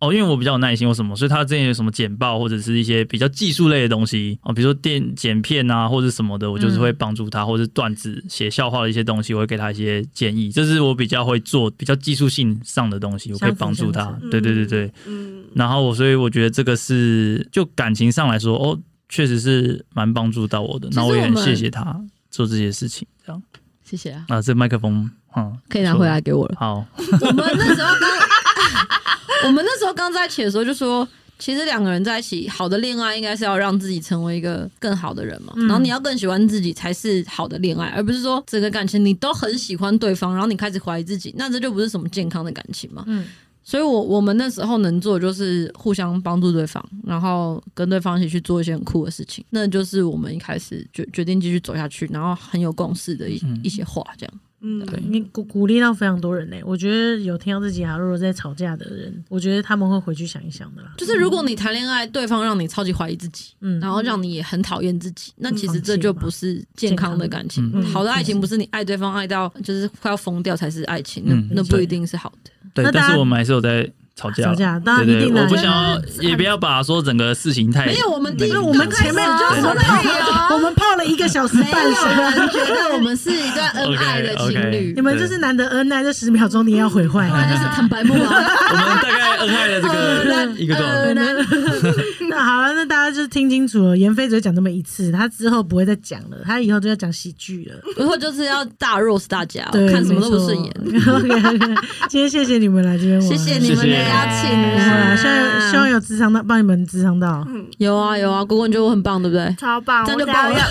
S3: 哦，因为我比较有耐心或什么，所以他之前有什么简报或者是一些比较技术类的东西哦，比如说电剪片啊或者什么的，我就是会帮助他，或者是段子写笑话的一些东西，我会给他一些建议，这是我比较会做比较技术性上的东西，我可以帮
S2: 相
S3: 助他
S2: 辅。
S3: 对对对对，
S5: 嗯，
S3: 然后我所以我觉得这个是就感情上来说，哦，确实是蛮帮助到我的，
S1: 其实
S3: 那我也
S1: 我
S3: 很
S1: 们
S3: 谢谢他做这些事情。这样
S1: 谢谢啊，
S3: 啊，这麦克风，嗯，
S1: 可以拿回来给我了。
S3: 好，
S1: 我们那时候刚，我们那时候刚在一起的时候就说，其实两个人在一起，好的恋爱应该是要让自己成为一个更好的人嘛。然后你要更喜欢自己才是好的恋爱，而不是说整个感情你都很喜欢对方，然后你开始怀疑自己，那这就不是什么健康的感情嘛。
S2: 嗯
S1: 所以我我们那时候能做的就是互相帮助对方，然后跟对方一起去做一些很酷的事情，那就是我们一开始决决定继续走下去，然后很有共识的一、
S3: 嗯
S1: 一些话这样。
S5: 嗯，
S2: 你鼓鼓励到非常多人呢、我觉得有听到这集啊，如果在吵架的人，我觉得他们会回去想一想的啦。
S1: 就是如果你谈恋爱，对方让你超级怀疑自己，
S2: 嗯
S1: 然后让你也很讨厌自己，那其
S2: 放
S1: 实
S2: 弃
S1: 这就
S2: 吧
S1: 不是健康的感情
S3: 嗯。
S1: 好的爱情不是你爱对方爱到就是快要疯掉才是爱情，那
S3: 嗯
S1: 那不
S3: 对
S1: 一定是好的。
S3: 对
S2: 那，大
S3: 但
S2: 家
S3: 是我们还是有在吵架啦，
S2: 吵架
S1: 啊
S2: 当然
S3: 啊对
S2: 一
S3: 对，
S2: 定的
S3: 我不
S2: 对啊
S3: 想要，也不要把说整个事情太
S1: 没有，我们第一
S3: 那个
S1: 我
S2: 我们前面
S1: 就
S2: 就是
S1: 说
S2: 我们泡，我们泡了一个 小时
S1: 没
S2: 半
S1: 有
S2: 小时，
S1: 人觉得我们是一对恩爱的情
S3: OK，OK
S1: 侣
S2: 你，们就是难得恩爱，这十秒钟你也要毁坏。
S1: 那就是坦白木 啊。呃
S3: 我们大概恩爱了这个一个多小时。
S2: 那好了，那大家就听清楚了，妍飞只会讲这么一次，他之后不会再讲了，他以后就要讲喜剧了。
S1: 然后就是要大 rose 大家，
S2: 对，
S1: 哦看什么都不顺眼。
S2: 没错 OK，OK，今 天谢谢你们来这边玩，
S1: 谢谢你们的
S3: 谢谢
S1: 邀请
S2: 啊，希
S1: 啊
S2: 望！希望有智商到，帮你们智商到。
S1: 有啊有啊，果果你觉得我很棒，对不对？
S5: 超棒，
S1: 这样就
S5: 我等下
S1: 爆了
S5: 要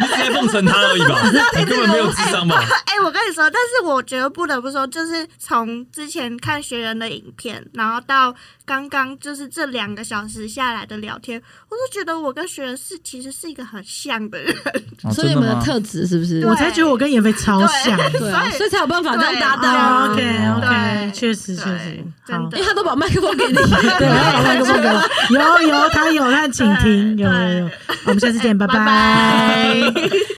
S3: 你直接奉承他而已
S1: 呃
S3: 吧，你根本没有智商吧？哦
S5: 哎、我跟你说，但是我觉得不得不说，就是从之前看学人的影片，然后到刚刚就是这两个小时下来的聊天，我都觉得我跟学人是其实是一个很像的人。
S3: 哦
S1: 所以你
S3: 真
S1: 们
S3: 的
S1: 的
S3: 吗？
S1: 特质是不是
S5: 对？
S2: 我才觉得我跟妍飞超像。
S1: 对啊，
S5: 所以
S1: 所以才有办法这样搭档
S2: 啊
S1: 啊。
S2: OK OK，
S5: 对
S2: 确实确实
S5: 对，真
S2: 好
S5: 的
S1: 因为他都把麦克风 给你，
S2: 对，我要
S1: 啊
S2: 把麦克风给 我。有有，他有，他请听，有有有。好我们下次见，拜
S5: 拜
S2: 拜。